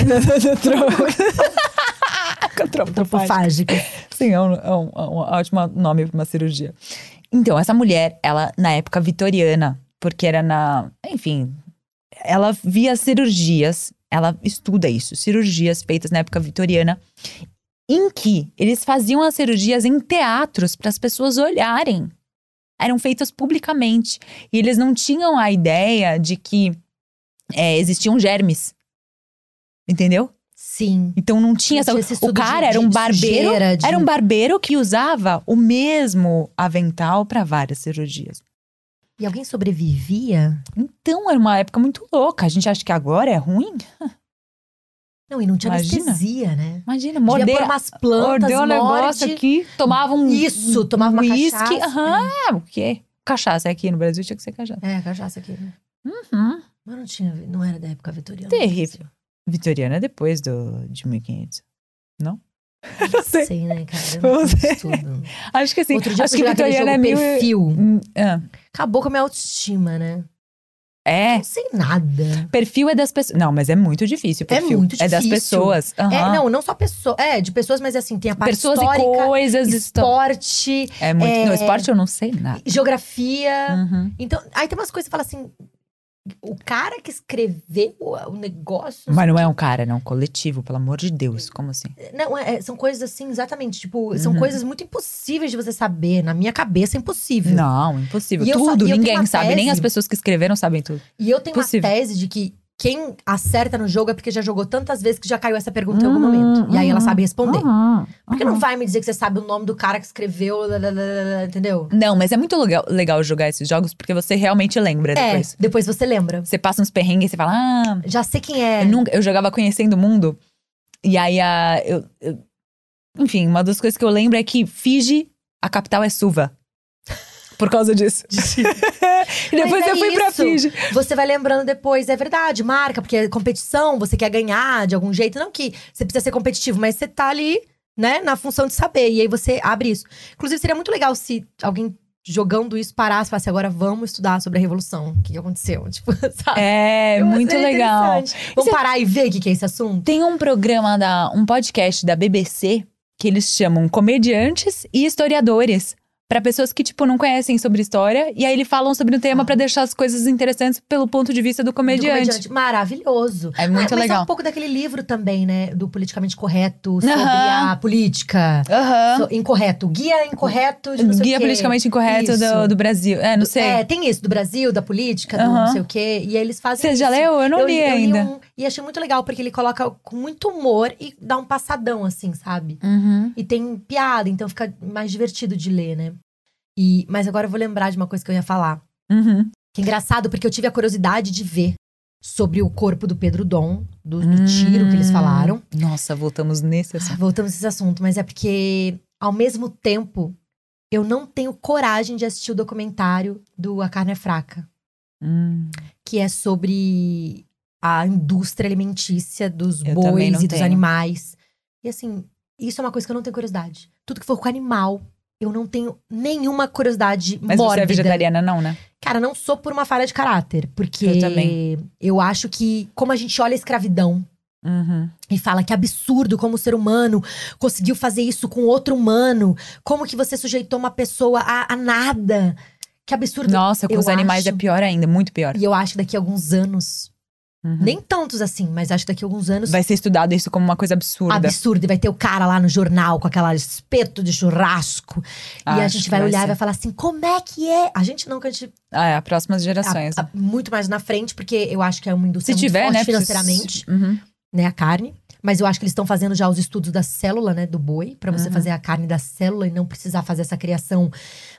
F: Antropofágica.
D: Antropofágicas.
F: Sim, é um, é um- é um ótimo nome pra uma cirurgia. Então, essa mulher, ela, na época vitoriana, porque era na. Enfim, ela via cirurgias, ela estuda isso, cirurgias feitas na época vitoriana, em que eles faziam as cirurgias em teatros para as pessoas olharem. Eram feitas publicamente. E eles não tinham a ideia de que é, existiam germes. Entendeu?
D: Sim.
F: Então não tinha essa.
D: Tinha
F: o
D: esse estudo
F: cara
D: de-
F: era um
D: de
F: barbeiro.
D: sujeira, de-
F: Era um barbeiro que usava o mesmo avental para várias cirurgias.
D: E alguém sobrevivia?
F: Então era uma época muito louca. A gente acha que agora é ruim?
D: Não, e não tinha
F: Imagina.
D: anestesia, né?
F: Imagina,
D: Devia
F: morder,
D: pôr umas plantas,
F: mordeu um negócio
D: morde.
F: aqui, tomava um
D: Isso, tomava uma
F: whisky.
D: cachaça.
F: Aham, é, o quê? Cachaça aqui no Brasil tinha que ser cachaça.
D: É, cachaça aqui. né?
F: Uhum.
D: Mas não tinha, não era da época vitoriana.
F: Terrível. Vitoriana é depois do, de 1500.
D: Não sei. sei, né, cara? Eu não
F: Eu sei.
D: estudo.
F: Acho que assim,
D: Outro dia
F: acho
D: eu
F: que
D: fui jogar aquele
F: Vitoriana
D: jogo
F: é meio...
D: perfil.
F: Hum, ah,
D: Acabou com a minha autoestima, né?
F: É,
D: Não sei nada.
F: perfil é das pessoas. Não, mas é muito difícil. Perfil.
D: muito
F: É das
D: difícil.
F: pessoas.
D: É,
F: Aham.
D: não, não só pessoas. É, de pessoas, mas assim, tem a parte
F: pessoas e
D: histórica,
F: coisas. então. histó-
D: esporte,
F: É muito.
D: É.
F: No esporte eu não sei nada.
D: geografia.
F: Uhum.
D: Então, aí tem umas coisas que você fala assim. O cara que escreveu o negócio.
F: Mas não é um cara, não. Coletivo, pelo amor de Deus. Como assim?
D: Não, é- são coisas assim, exatamente. Tipo, são
F: Uhum.
D: coisas muito impossíveis de você saber. Na minha cabeça é impossível.
F: Não, impossível.
D: E eu
F: tudo,
D: sa- e eu tenho
F: ninguém
D: uma
F: sabe. Nem
D: tese-
F: as pessoas que escreveram sabem tudo.
D: E eu tenho
F: Possível.
D: uma tese de que quem acerta no jogo é porque já jogou tantas vezes que já caiu essa pergunta em algum momento. E aí ela
F: uhum,
D: sabe responder.
F: Uhum,
D: Porque
F: uhum.
D: não vai me dizer que você sabe o nome do cara que escreveu, lá, lá, lá, lá, lá, entendeu?
F: Não, mas é muito legal, legal jogar esses jogos porque você realmente lembra depois.
D: É, depois você lembra.
F: Você passa uns perrengues e você fala, ah,
D: Já sei quem é.
F: Eu, nunca- eu jogava Conhecendo o Mundo. E aí, a, eu, eu- enfim, uma das coisas que eu lembro é que Fiji, a capital é Suva. Por causa disso. e depois
D: Mas é
F: eu fui pra
D: isso.
F: Fiji.
D: Você vai lembrando depois, é verdade, marca, porque é competição, você quer ganhar de algum jeito. Não que você precisa ser competitivo, mas você tá ali, né, na função de saber. E aí você abre isso. Inclusive, seria muito legal se alguém jogando isso parasse e falasse: agora vamos estudar sobre a Revolução. O que, que aconteceu? Tipo, sabe?
F: É,
D: Eu
F: muito
D: achei
F: legal.
D: interessante. Vamos parar e ver o que, que é esse assunto?
F: Tem um programa, da, um podcast da BBC que eles chamam comediantes e historiadores. Pra pessoas que, tipo, não conhecem sobre história. E aí eles falam sobre o tema
D: Ah.
F: pra deixar as coisas interessantes pelo ponto de vista do
D: Do
F: comediante.
D: comediante. Maravilhoso.
F: É muito
D: Ah, mas é
F: legal.
D: um pouco daquele livro também, né? Do politicamente correto, sobre
F: Aham.
D: a política.
F: Aham.
D: So- incorreto. Guia incorreto de tipo, não sei o
F: Guia
D: quê.
F: politicamente incorreto
D: Isso.
F: do, do Brasil. É, não sei.
D: É, tem isso, do Brasil, da política, do
F: Aham.
D: não sei o quê. E aí eles fazem
F: Você já
D: isso.
F: leu? Eu não
D: Eu
F: li
D: eu
F: ainda.
D: um, e achei muito legal, porque ele coloca com muito humor e dá um passadão, assim, sabe?
F: Uhum.
D: E tem piada, então fica mais divertido de ler, né? E, mas agora eu vou lembrar de uma coisa que eu ia falar.
F: Uhum.
D: Que é engraçado, porque eu tive a curiosidade de ver sobre o corpo do Pedro Dom, do, do tiro que eles
F: Hum.
D: falaram.
F: Nossa, voltamos nesse assunto.
D: Ah, Voltamos a esse assunto, mas é porque, ao mesmo tempo, eu não tenho coragem de assistir o documentário do A Carne é Fraca,
F: Hum.
D: que é sobre a indústria alimentícia dos
F: Eu também
D: bois
F: não
D: e dos
F: tenho.
D: animais. E assim, isso é uma coisa que eu não tenho curiosidade. Tudo que for com animal, eu não tenho nenhuma curiosidade
F: Mas você é
D: mórbida.
F: vegetariana, não, né?
D: Cara, não sou por uma falha de caráter, porque
F: Eu também.
D: eu acho que como a gente olha a escravidão
F: Uhum.
D: e fala que absurdo como o ser humano conseguiu fazer isso com outro humano. Como que você sujeitou uma pessoa a, a nada? Que absurdo.
F: Nossa, com
D: Eu
F: os animais
D: acho-
F: é pior ainda, muito pior.
D: E eu acho que daqui a alguns anos,
F: Uhum.
D: nem tantos assim, mas acho que daqui a alguns anos,
F: Vai ser estudado isso como uma coisa absurda.
D: absurdo. E vai ter o cara lá no jornal com aquela espeto de churrasco. e a
F: Acho
D: gente
F: que
D: vai
F: vai
D: olhar
F: ser.
D: e vai falar assim, como é que é? A gente não, que a gente
F: Ah, é, próximas
D: tá
F: gerações.
D: tá muito mais na frente, porque eu acho que é uma indústria
F: né? Se
D: muito
F: tiver,
D: forte
F: né?
D: financeiramente.
F: se- Uhum.
D: né, a carne. Mas eu acho que eles estão fazendo já os estudos da célula, né, do boi, pra você
F: Uhum.
D: fazer a carne da célula e não precisar fazer essa criação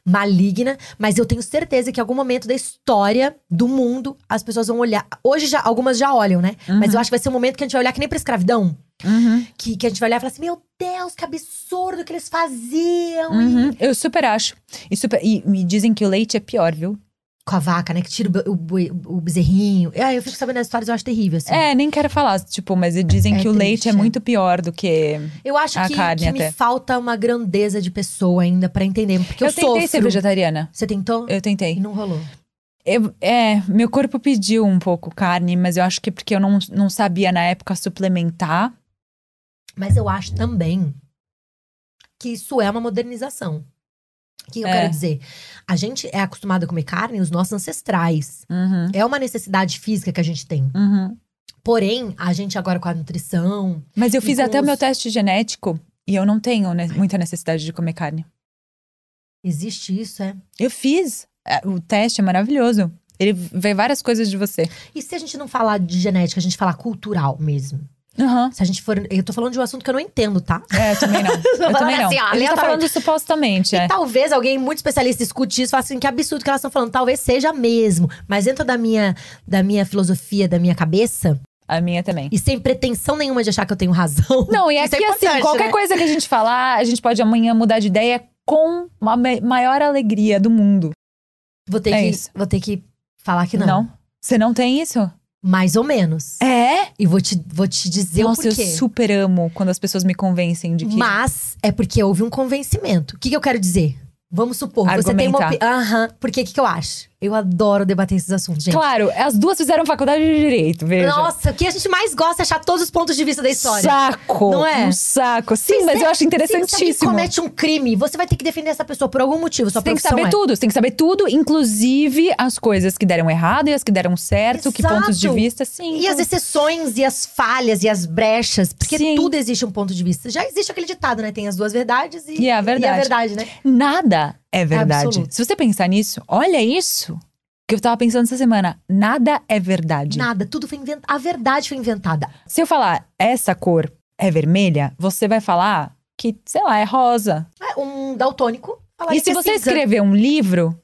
D: maligna. Mas eu tenho certeza que em algum momento da história do mundo as pessoas vão olhar. Hoje já algumas já olham, né? Mas eu acho que vai ser um momento que a gente vai olhar que nem pra escravidão.
F: Uhum,
D: Que, que a gente vai olhar e falar assim: meu Deus, que absurdo que eles faziam. e-
F: uhum. Eu super acho. E, super, e me dizem que o leite é pior, viu?
D: Com a vaca, né? Que tira o, be- o, boi- o bezerrinho. Ah, eu fico sabendo das histórias, eu acho terrível, assim.
F: É, nem quero falar, tipo, mas dizem
D: É
F: que o leite
D: triste,
F: é
D: é.
F: muito pior do que.
D: Eu acho
F: A
D: que,
F: carne
D: que me
F: até.
D: falta uma grandeza de pessoa ainda pra entender. Porque eu,
F: eu tentei ser
D: sofro.
F: vegetariana.
D: Você tentou?
F: Eu tentei.
D: E não rolou.
F: Eu- é, meu corpo pediu um pouco carne, mas eu acho que porque eu não, não sabia na época suplementar.
D: Mas eu acho também que isso é uma modernização. O que eu
F: É.
D: quero dizer? A gente é acostumado a comer carne, os nossos ancestrais.
F: Uhum.
D: É uma necessidade física que a gente tem.
F: Uhum.
D: Porém, a gente agora com a nutrição.
F: Mas eu fiz
D: com
F: até o meu
D: os-
F: teste genético e eu não tenho né, muita necessidade de comer carne.
D: Existe isso, é.
F: Eu fiz. É, O teste é maravilhoso. Ele vê várias coisas de você.
D: E se a gente não falar de genética, a gente falar cultural mesmo?
F: Uhum.
D: Se a gente for. Eu tô falando de um assunto que eu não entendo, tá?
F: É, eu também não. Eu
D: falando
F: também não.
D: assim,
F: a gente
D: ó,
F: tá
D: aleatoriamente.
F: falando supostamente, é.
D: E talvez alguém muito especialista escute isso e fale assim, que absurdo que elas estão falando. Talvez seja mesmo. Mas dentro da minha, da minha filosofia, da minha cabeça,
F: A minha também.
D: e sem pretensão nenhuma de achar que eu tenho razão.
F: Não, e
D: Isso é
F: aqui, assim,
D: importante,
F: qualquer
D: né?
F: coisa que a gente falar, a gente pode amanhã mudar de ideia com a ma- maior alegria do mundo.
D: Vou ter,
F: É
D: que,
F: isso.
D: vou ter que falar que não.
F: Você não tem isso?
D: Mais ou menos.
F: É?
D: E vou te, vou te dizer
F: Nossa,
D: o
F: eu
D: porquê.
F: super amo quando as pessoas me convencem de que.
D: Mas é porque houve um convencimento. O que, que eu quero dizer? Vamos supor, você tem uma
F: Argumentar.
D: opinião. Aham. Porque o que, que eu acho? Eu adoro debater esses assuntos, gente.
F: Claro, as duas fizeram faculdade de direito, veja.
D: Nossa, o que a gente mais gosta é achar todos os pontos de vista da história.
F: Saco!
D: Não é?
F: Um saco. Sim,
D: Se
F: mas
D: você-
F: eu acho
D: Se você
F: interessantíssimo.
D: comete um crime, você vai ter que defender essa pessoa por algum motivo. Sua
F: Você tem que
D: profissão
F: saber
D: é.
F: tudo, você tem que saber tudo, inclusive as coisas que deram errado e as que deram certo, que
D: Exato.
F: pontos de vista, sim. Então,
D: E as exceções, e as falhas, e as brechas. Porque
F: Sim.
D: tudo existe um ponto de vista. Já existe aquele ditado, né? Tem as duas verdades e,
F: E é a verdade.
D: né?
F: Nada é verdade.
D: absoluto.
F: Se você pensar nisso, olha isso que eu tava pensando essa semana. Nada é verdade.
D: Nada, tudo foi inventado. A verdade foi inventada.
F: Se eu falar essa cor é vermelha, você vai falar que, sei lá, é rosa.
D: É, Um daltônico. falaria
F: e se
D: que é
F: você
D: cinza.
F: escrever um livro,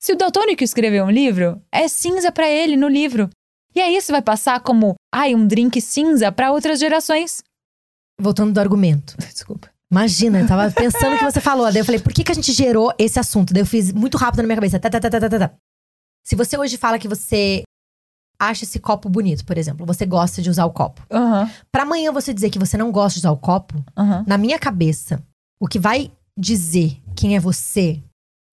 F: se o Daltônico escrever um livro, é cinza pra ele no livro. E aí isso vai passar como, ai, um drink cinza pra outras gerações.
D: Voltando do argumento.
F: Desculpa.
D: Imagina, eu tava pensando o que você falou. Daí eu falei, por que, que a gente gerou esse assunto? Daí eu fiz muito rápido na minha cabeça. Tá, tá, tá, tá, tá, tá, tá. Se você hoje fala que você acha esse copo bonito, por exemplo, você gosta de usar o copo.
F: Aham,
D: Pra amanhã você dizer que você não gosta de usar o copo,
F: aham.
D: na minha cabeça, o que vai dizer quem é você,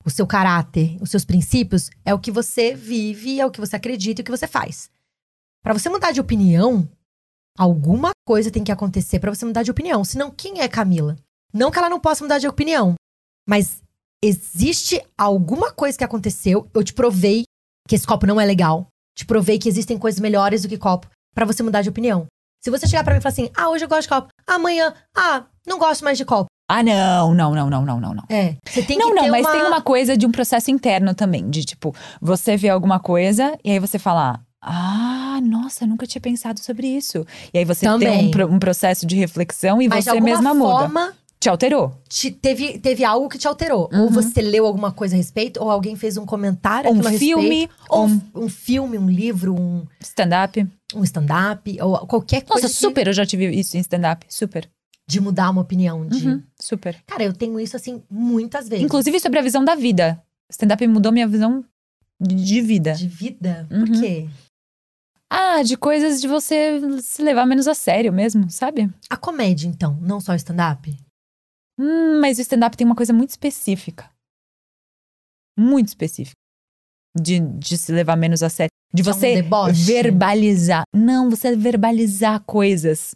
D: o seu caráter, os seus princípios, é o que você vive, é o que você acredita e o que você faz. Pra você mudar de opinião, alguma coisa tem que acontecer pra você mudar de opinião. Senão, quem é Camila? Não que ela não possa mudar de opinião, mas existe alguma coisa que aconteceu. Eu te provei que esse copo não é legal. Te provei que existem coisas melhores do que copo pra você mudar de opinião. Se você chegar pra mim e falar assim, ah, hoje eu gosto de copo, amanhã, ah, não gosto mais de copo.
F: Ah, não, não, não, não, não, não, não.
D: É. Você tem
F: não,
D: que
F: não,
D: ter
F: mas
D: uma...
F: tem uma coisa de um processo interno também, de tipo, você vê alguma coisa e aí você fala, ah, nossa, nunca tinha pensado sobre isso. E aí você tem um,
D: Também.
F: pro- um processo de reflexão e
D: Mas de
F: você
D: alguma
F: mesma muda.
D: forma,
F: Te alterou.
D: te- teve, teve algo que te alterou. Ou
F: Uhum.
D: você leu alguma coisa a respeito, ou alguém fez um comentário
F: Ou um
D: aquilo a
F: filme,
D: respeito, ou
F: ou
D: um, um filme, um livro, um,
F: Stand-up.
D: um stand-up, ou qualquer coisa
F: Nossa,
D: de-
F: super, eu já tive isso em stand-up. Super.
D: de mudar uma opinião. De...
F: Uhum, super.
D: Cara, eu tenho isso assim muitas vezes.
F: Inclusive sobre a visão da vida. Stand-up mudou minha visão de de vida.
D: De vida.
F: Uhum.
D: Por quê?
F: Ah, de coisas de você se levar menos a sério mesmo, sabe?
D: A comédia, então, não só o stand-up?
F: Hum, mas o stand-up tem uma coisa muito específica. Muito específica. De, de se levar menos a sério. De
D: Que é um
F: você
D: deboche.
F: verbalizar. Não, você verbalizar coisas.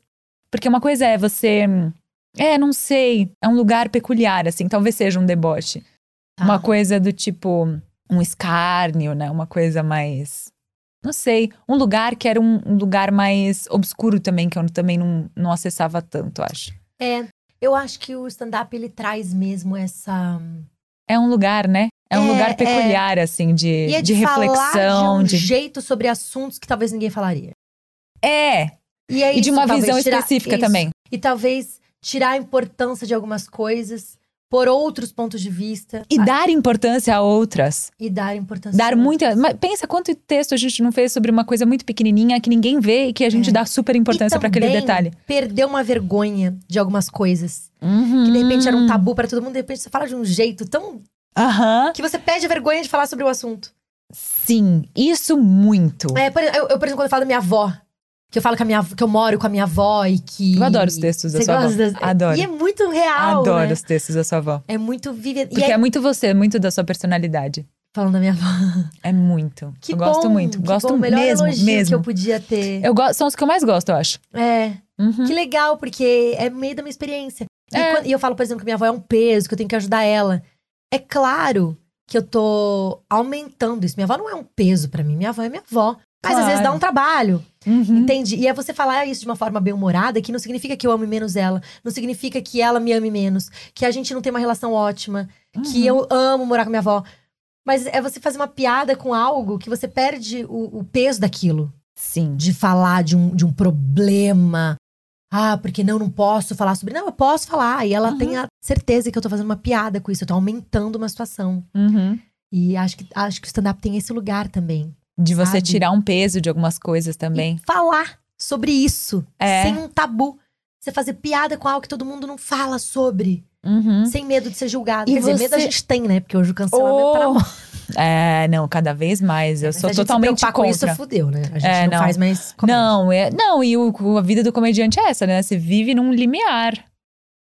F: Porque uma coisa é você. hum, É, não sei. É um lugar peculiar, assim. Talvez seja um deboche.
D: Tá.
F: Uma coisa do tipo, um escárnio, né? Uma coisa mais. Não sei. Um lugar que era um, um lugar mais obscuro também, que eu também não, não acessava tanto, acho.
D: É. Eu acho que o stand-up ele traz mesmo essa.
F: É um lugar, né? É um
D: É,
F: lugar
D: é.
F: peculiar, assim, de,
D: E é
F: de,
D: de, falar
F: reflexão.
D: de um
F: De
D: jeito sobre assuntos que talvez ninguém falaria.
F: É,
D: E, é
F: e de
D: isso,
F: uma
D: talvez,
F: visão
D: tirar-
F: específica
D: isso.
F: também.
D: E talvez tirar a importância de algumas coisas por outros pontos de vista
F: E dar importância a outras.
D: e dar importância.
F: Dar muita. Mas pensa quanto texto a gente não fez sobre uma coisa muito pequenininha que ninguém vê e que a gente
D: É.
F: dá super importância pra aquele detalhe.
D: Perder uma vergonha de algumas coisas. Que de repente
F: Hum.
D: era um tabu pra todo mundo, de repente você fala de um jeito tão.
F: Aham.
D: que você perde a vergonha de falar sobre o assunto.
F: Sim, isso muito.
D: É, por- eu, eu, por exemplo, quando eu falo da minha avó, que eu falo que, a minha, av- que eu moro com a minha avó e que.
F: Eu adoro os textos da
D: Você
F: sua avó.
D: gosta das-
F: Adoro.
D: E é muito real.
F: Adoro
D: né?
F: os textos da sua avó.
D: É muito vive.
F: Porque
D: e aí,
F: é muito você, muito da sua personalidade.
D: falando da minha avó.
F: É muito.
D: Que
F: eu
D: bom,
F: gosto muito.
D: que
F: gosto
D: bom, o melhor
F: mesmo,
D: elogio que
F: mesmo.
D: eu podia ter.
F: Eu gosto, são os que eu mais gosto, eu acho.
D: É.
F: Uhum.
D: Que legal, porque é meio da minha experiência. E,
F: É.
D: quando- e eu falo, por exemplo, que minha avó é um peso, que eu tenho que ajudar ela. É claro que eu tô aumentando isso. Minha avó não é um peso pra mim, minha avó é minha avó. Mas às
F: Claro.
D: vezes dá um trabalho,
F: Uhum.
D: entende? E é você falar isso de uma forma bem-humorada, que não significa que eu ame menos ela, não significa que ela me ame menos, que a gente não tem uma relação ótima, que
F: Uhum.
D: eu amo morar com minha avó. Mas é você fazer uma piada com algo que você perde o- o peso daquilo
F: Sim.
D: de falar de um, de um problema. Ah, porque não, não posso falar sobre. Não, eu posso falar. E ela
F: Uhum.
D: tem a certeza que eu tô fazendo uma piada com isso, eu tô aumentando uma situação.
F: Uhum.
D: E acho que, acho que o stand-up tem esse lugar também.
F: De você
D: Sabe?
F: tirar um peso de algumas coisas
D: E
F: também.
D: falar sobre isso,
F: É.
D: sem um tabu. Você fazer piada com algo que todo mundo não fala sobre,
F: Uhum.
D: sem medo de ser julgado.
F: E
D: Quer dizer, medo a
F: você-
D: gente tem, né? Porque hoje o cancelamento tá na mão.
F: É, não, cada vez mais. Eu
D: É, Mas se
F: sou
D: a gente se
F: totalmente
D: preocupar
F: contra.
D: com isso, fudeu, né? A gente
F: É,
D: não,
F: não.
D: faz mais comédia.
F: Não, é, não, e o- a vida do comediante é essa, né? Você vive num limiar.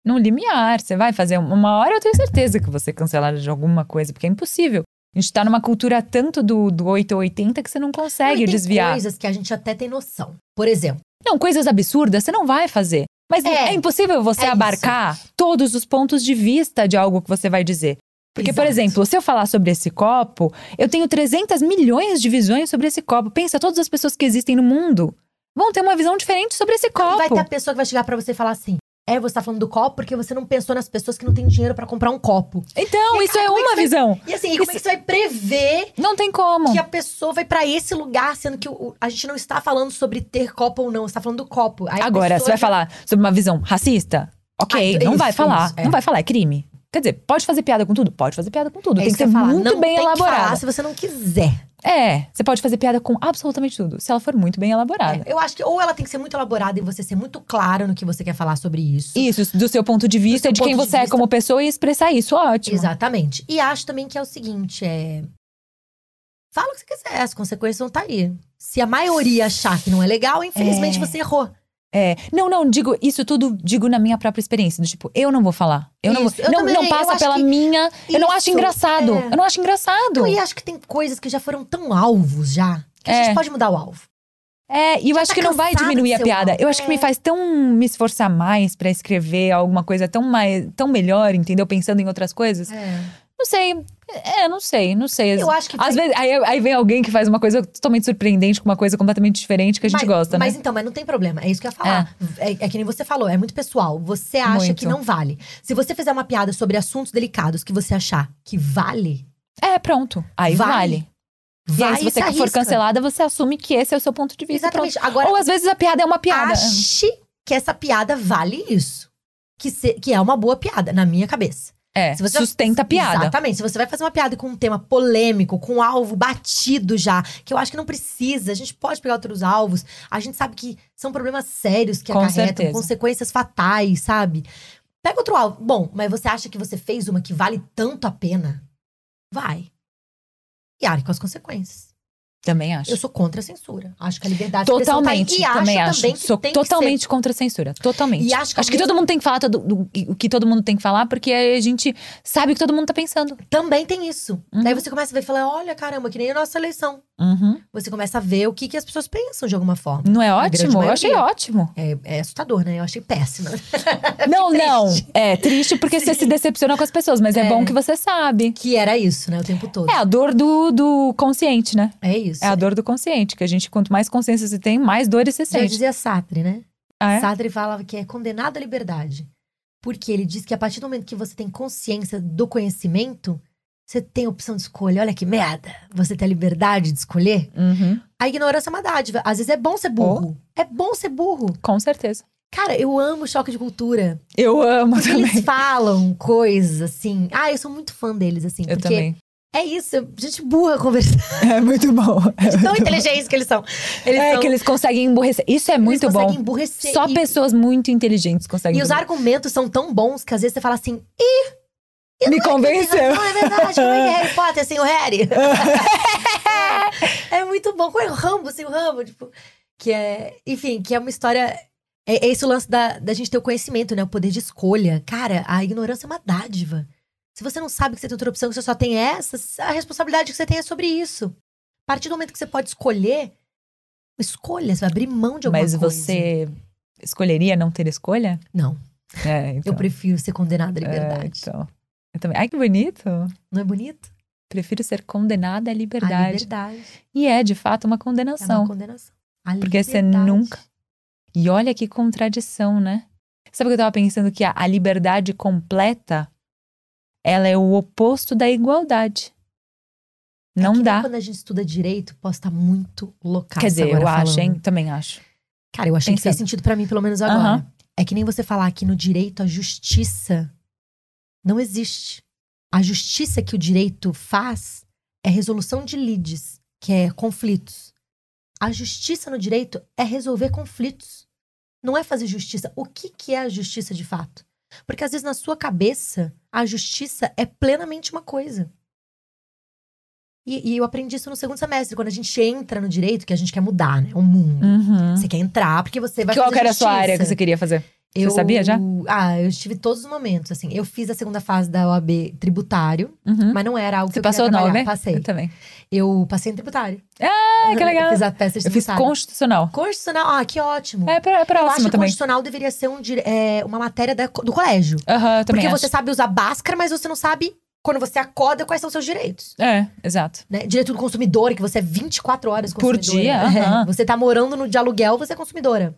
F: Num limiar. Você vai fazer. um, Uma hora eu tenho certeza que você cancelar de alguma coisa, porque é impossível. A gente tá numa cultura tanto do, do 8 ou 80 que você não
D: Não, e
F: consegue
D: tem
F: desviar.
D: coisas que a gente até tem noção. Por exemplo,
F: Não, coisas absurdas você não vai fazer. Mas
D: É.
F: é, impossível você
D: É isso.
F: abarcar todos os pontos de vista de algo que você vai dizer. Porque, por
D: Exato.
F: exemplo, se eu falar sobre esse copo, eu tenho 300 milhões de visões sobre esse copo. Pensa, todas as pessoas que existem no mundo vão ter uma visão diferente sobre esse copo.
D: Vai tá- ter a pessoa que vai chegar pra você e falar assim: é, você tá falando do copo porque você não pensou nas pessoas que não têm dinheiro pra comprar um copo.
F: Então,
D: E,
F: isso
D: cara,
F: é
D: como é
F: uma
D: que você-
F: visão.
D: E assim, e como é que você vai prever
F: Não tem como.
D: que a pessoa vai pra esse lugar, sendo que o- o- a gente não está falando sobre ter copo ou não, você tá falando do copo. Aí a
F: Agora,
D: pessoa
F: você vai
D: já-
F: falar sobre uma visão racista? Ok,
D: Ah, então
F: não
D: isso,
F: vai falar.
D: isso, é.
F: Não vai falar, é crime. Quer dizer, pode fazer piada com tudo? Pode fazer piada com tudo.
D: É
F: tem
D: isso
F: que ser
D: eu ia falar,
F: muito
D: não
F: bem
D: tem que
F: elaborada.
D: falar se você não quiser.
F: É, você pode fazer piada com absolutamente tudo, se ela for muito bem elaborada.
D: É, eu acho que ou ela tem que ser muito elaborada e você ser muito claro no que você quer falar sobre isso.
F: Isso, do seu ponto de vista,
D: seu
F: de quem
D: ponto de
F: você é
D: vista.
F: como pessoa e expressar isso, ótimo.
D: Exatamente. E acho também que é o seguinte: é. Fala o que você quiser, as consequências vão estar aí. Se a maioria achar que não é legal, infelizmente
F: É.
D: você errou.
F: É, não, não, digo isso tudo, digo na minha própria experiência, do tipo, eu não vou falar. Eu não
D: Isso,
F: vou.
D: eu
F: não,
D: também,
F: não
D: eu
F: passa
D: acho
F: pela
D: que
F: minha. eu não acho
D: isso,
F: engraçado.
D: é.
F: Eu não é acho engraçado.
D: Não, e acho que tem coisas que já foram tão alvos já, que a
F: É.
D: gente pode mudar o alvo.
F: É, e eu
D: Já
F: acho
D: tá
F: que não vai
D: cansado
F: diminuir
D: de
F: a
D: ser
F: piada.
D: uma-
F: Eu acho que me
D: É.
F: faz tão me esforçar mais pra escrever alguma coisa tão mais, tão melhor, entendeu? Pensando em outras coisas. Não sei. É, não sei, não sei.
D: Eu acho que
F: Às
D: vai-
F: vezes, aí, aí vem alguém que faz uma coisa totalmente surpreendente, com uma coisa completamente diferente que a gente
D: mas,
F: gosta,
D: mas
F: né?
D: então, mas não tem problema. É isso que eu ia falar. É, é que nem você falou, é muito pessoal. Você acha
F: Muito.
D: que não vale. Se você fizer uma piada sobre assuntos delicados que você achar que vale,
F: É, pronto. Aí
D: Vai,
F: vale. E
D: vai
F: aí, se você
D: e se
F: for
D: arrisca.
F: cancelada, você assume que esse é o seu ponto de vista.
D: Exatamente.
F: pronto.
D: Agora,
F: Ou às vezes a piada é uma piada.
D: ache que essa piada vale isso. Que, se- que é uma boa piada, na minha cabeça.
F: É,
D: Se você-
F: sustenta a piada.
D: Exatamente. Se você vai fazer uma piada com um tema polêmico, com um alvo batido já, que eu acho que não precisa, a gente pode pegar outros alvos. A gente sabe que são problemas sérios que
F: Com
D: acarretam,
F: certeza.
D: consequências fatais, sabe? Pega outro alvo. Bom, mas você acha que você fez uma que vale tanto a pena? Vai. E arque com as consequências.
F: Também acho.
D: Eu sou contra a censura. Acho que a liberdade de expressão tá aí.
F: Totalmente,
D: E acho
F: também acho.
D: também que
F: Sou
D: tem
F: totalmente contra a censura. Totalmente.
D: E acho que alguém-
F: todo mundo tem que falar todo- do- o que todo mundo tem que falar, porque aí a gente sabe o que todo mundo tá pensando.
D: que ser. Também tem isso.
F: Uhum.
D: Daí você começa a ver e fala, olha, caramba, que nem a nossa eleição.
F: Uhum.
D: Você começa a ver o que, que as pessoas pensam de alguma forma.
F: Não é
D: grande
F: ótimo? Eu achei
D: maioria.
F: ótimo.
D: É, é assustador, né? Eu achei péssimo.
F: não,
D: triste.
F: não. É triste porque você se decepciona com as pessoas, mas é,
D: É.
F: bom que você sabe.
D: Que era isso, né? O tempo todo.
F: É a dor do, do consciente, né?
D: É, isso.
F: É a dor do consciente, que a gente, quanto mais consciência você tem, mais dores você
D: Já
F: sente.
D: dizia Sartre, né?
F: Ah, é?
D: Sartre falava que é condenado à liberdade. Porque ele diz que a partir do momento que você tem consciência do conhecimento, você tem opção de escolha. Olha que merda! Você tem a liberdade de escolher.
F: Uhum.
D: A ignorância é uma dádiva. Às vezes é bom ser burro. É bom ser burro.
F: Com certeza.
D: Cara, eu amo choque de cultura.
F: Eu amo
D: Porque
F: também.
D: eles falam coisas assim. Ah, eu sou muito fã deles, assim.
F: Eu
D: porque
F: também.
D: é isso, gente burra conversando.
F: É muito bom. É,
D: Tão inteligentes que eles são. Eles
F: é
D: são-
F: que eles conseguem emburrecer. Isso é muito
D: eles
F: bom.
D: conseguem emburrecer.
F: Só
D: e,
F: pessoas muito inteligentes conseguem.
D: E os argumentos são tão bons que às vezes você fala assim, ih,
F: Me
D: tem razão,
F: convenceu.
D: é verdade, como é que é Harry Potter sem o Harry? é muito bom. Como é o Rambo sem o Rambo? Tipo, que é. Enfim, que é uma história. É, é esse o lance da, da gente ter o conhecimento, né? O poder de escolha. Cara, a ignorância é uma dádiva. Se você não sabe que você tem outra opção, que você só tem essa, a responsabilidade que você tem é sobre isso. A partir do momento que você pode escolher, escolha, você vai abrir mão de alguma
F: Mas
D: coisa.
F: você escolheria não ter escolha?
D: Não,
F: É,
D: eu
F: então.
D: prefiro ser condenada à
F: É,
D: liberdade.
F: então. Eu também. Ai, que bonito.
D: Não é bonito?
F: Prefiro ser condenada à
D: A
F: liberdade.
D: liberdade.
F: E é, de fato, uma
D: É uma
F: condenação. é um
D: condenação. é A
F: Porque você
D: liberdade.
F: nunca- E olha que contradição, né? Sabe o que eu tava pensando? Que a, a liberdade completa, ela é o oposto da igualdade. Não
D: É que nem
F: dá.
D: Quando a gente estuda direito, posso estar muito louca.
F: Quer dizer, eu acho, hein? Também acho.
D: Cara, eu achei que fez
F: Pensando.
D: sentido pra mim, pelo menos agora. É que nem você falar que no direito a justiça não existe. A justiça que o direito faz é resolução de lides, que é conflitos. A justiça no direito é resolver conflitos. Não é fazer justiça. O que, que é a justiça de fato? Porque às vezes na sua cabeça, a justiça é plenamente uma coisa. E, e eu aprendi isso no segundo semestre, quando a gente entra no direito, que a gente quer mudar, né? O mundo.
F: Uhum.
D: Você quer entrar porque você vai
F: Qual
D: fazer
F: que era a sua
D: justiça.
F: área que você queria fazer? Você
D: Eu-
F: sabia já?
D: Ah, eu estive em todos os momentos, assim. Eu fiz a segunda fase da OAB tributário,
F: Uhum.
D: mas não era algo que
F: Você
D: eu queria
F: passou
D: trabalhar.
F: nova? Eu
D: Passei.
F: também.
D: Eu passei em tributário.
F: Ah, que legal.
D: Eu fiz a peça de
F: Eu fiz
D: tributário.
F: constitucional.
D: Constitucional. Ah, que ótimo.
F: É, pra, pra
D: eu acho
F: próxima
D: que
F: também.
D: constitucional deveria ser um dire- é, uma matéria da- do colégio.
F: Aham, eu também
D: porque
F: acho.
D: você tá- sabe usar báscara, mas você não sabe, quando você acorda, quais são os seus direitos.
F: É, exato.
D: né? Direito do consumidor, que você é 24 horas
F: Por
D: consumidora.
F: dia,
D: É.
F: aham.
D: Você tá morando no de aluguel, você é consumidora.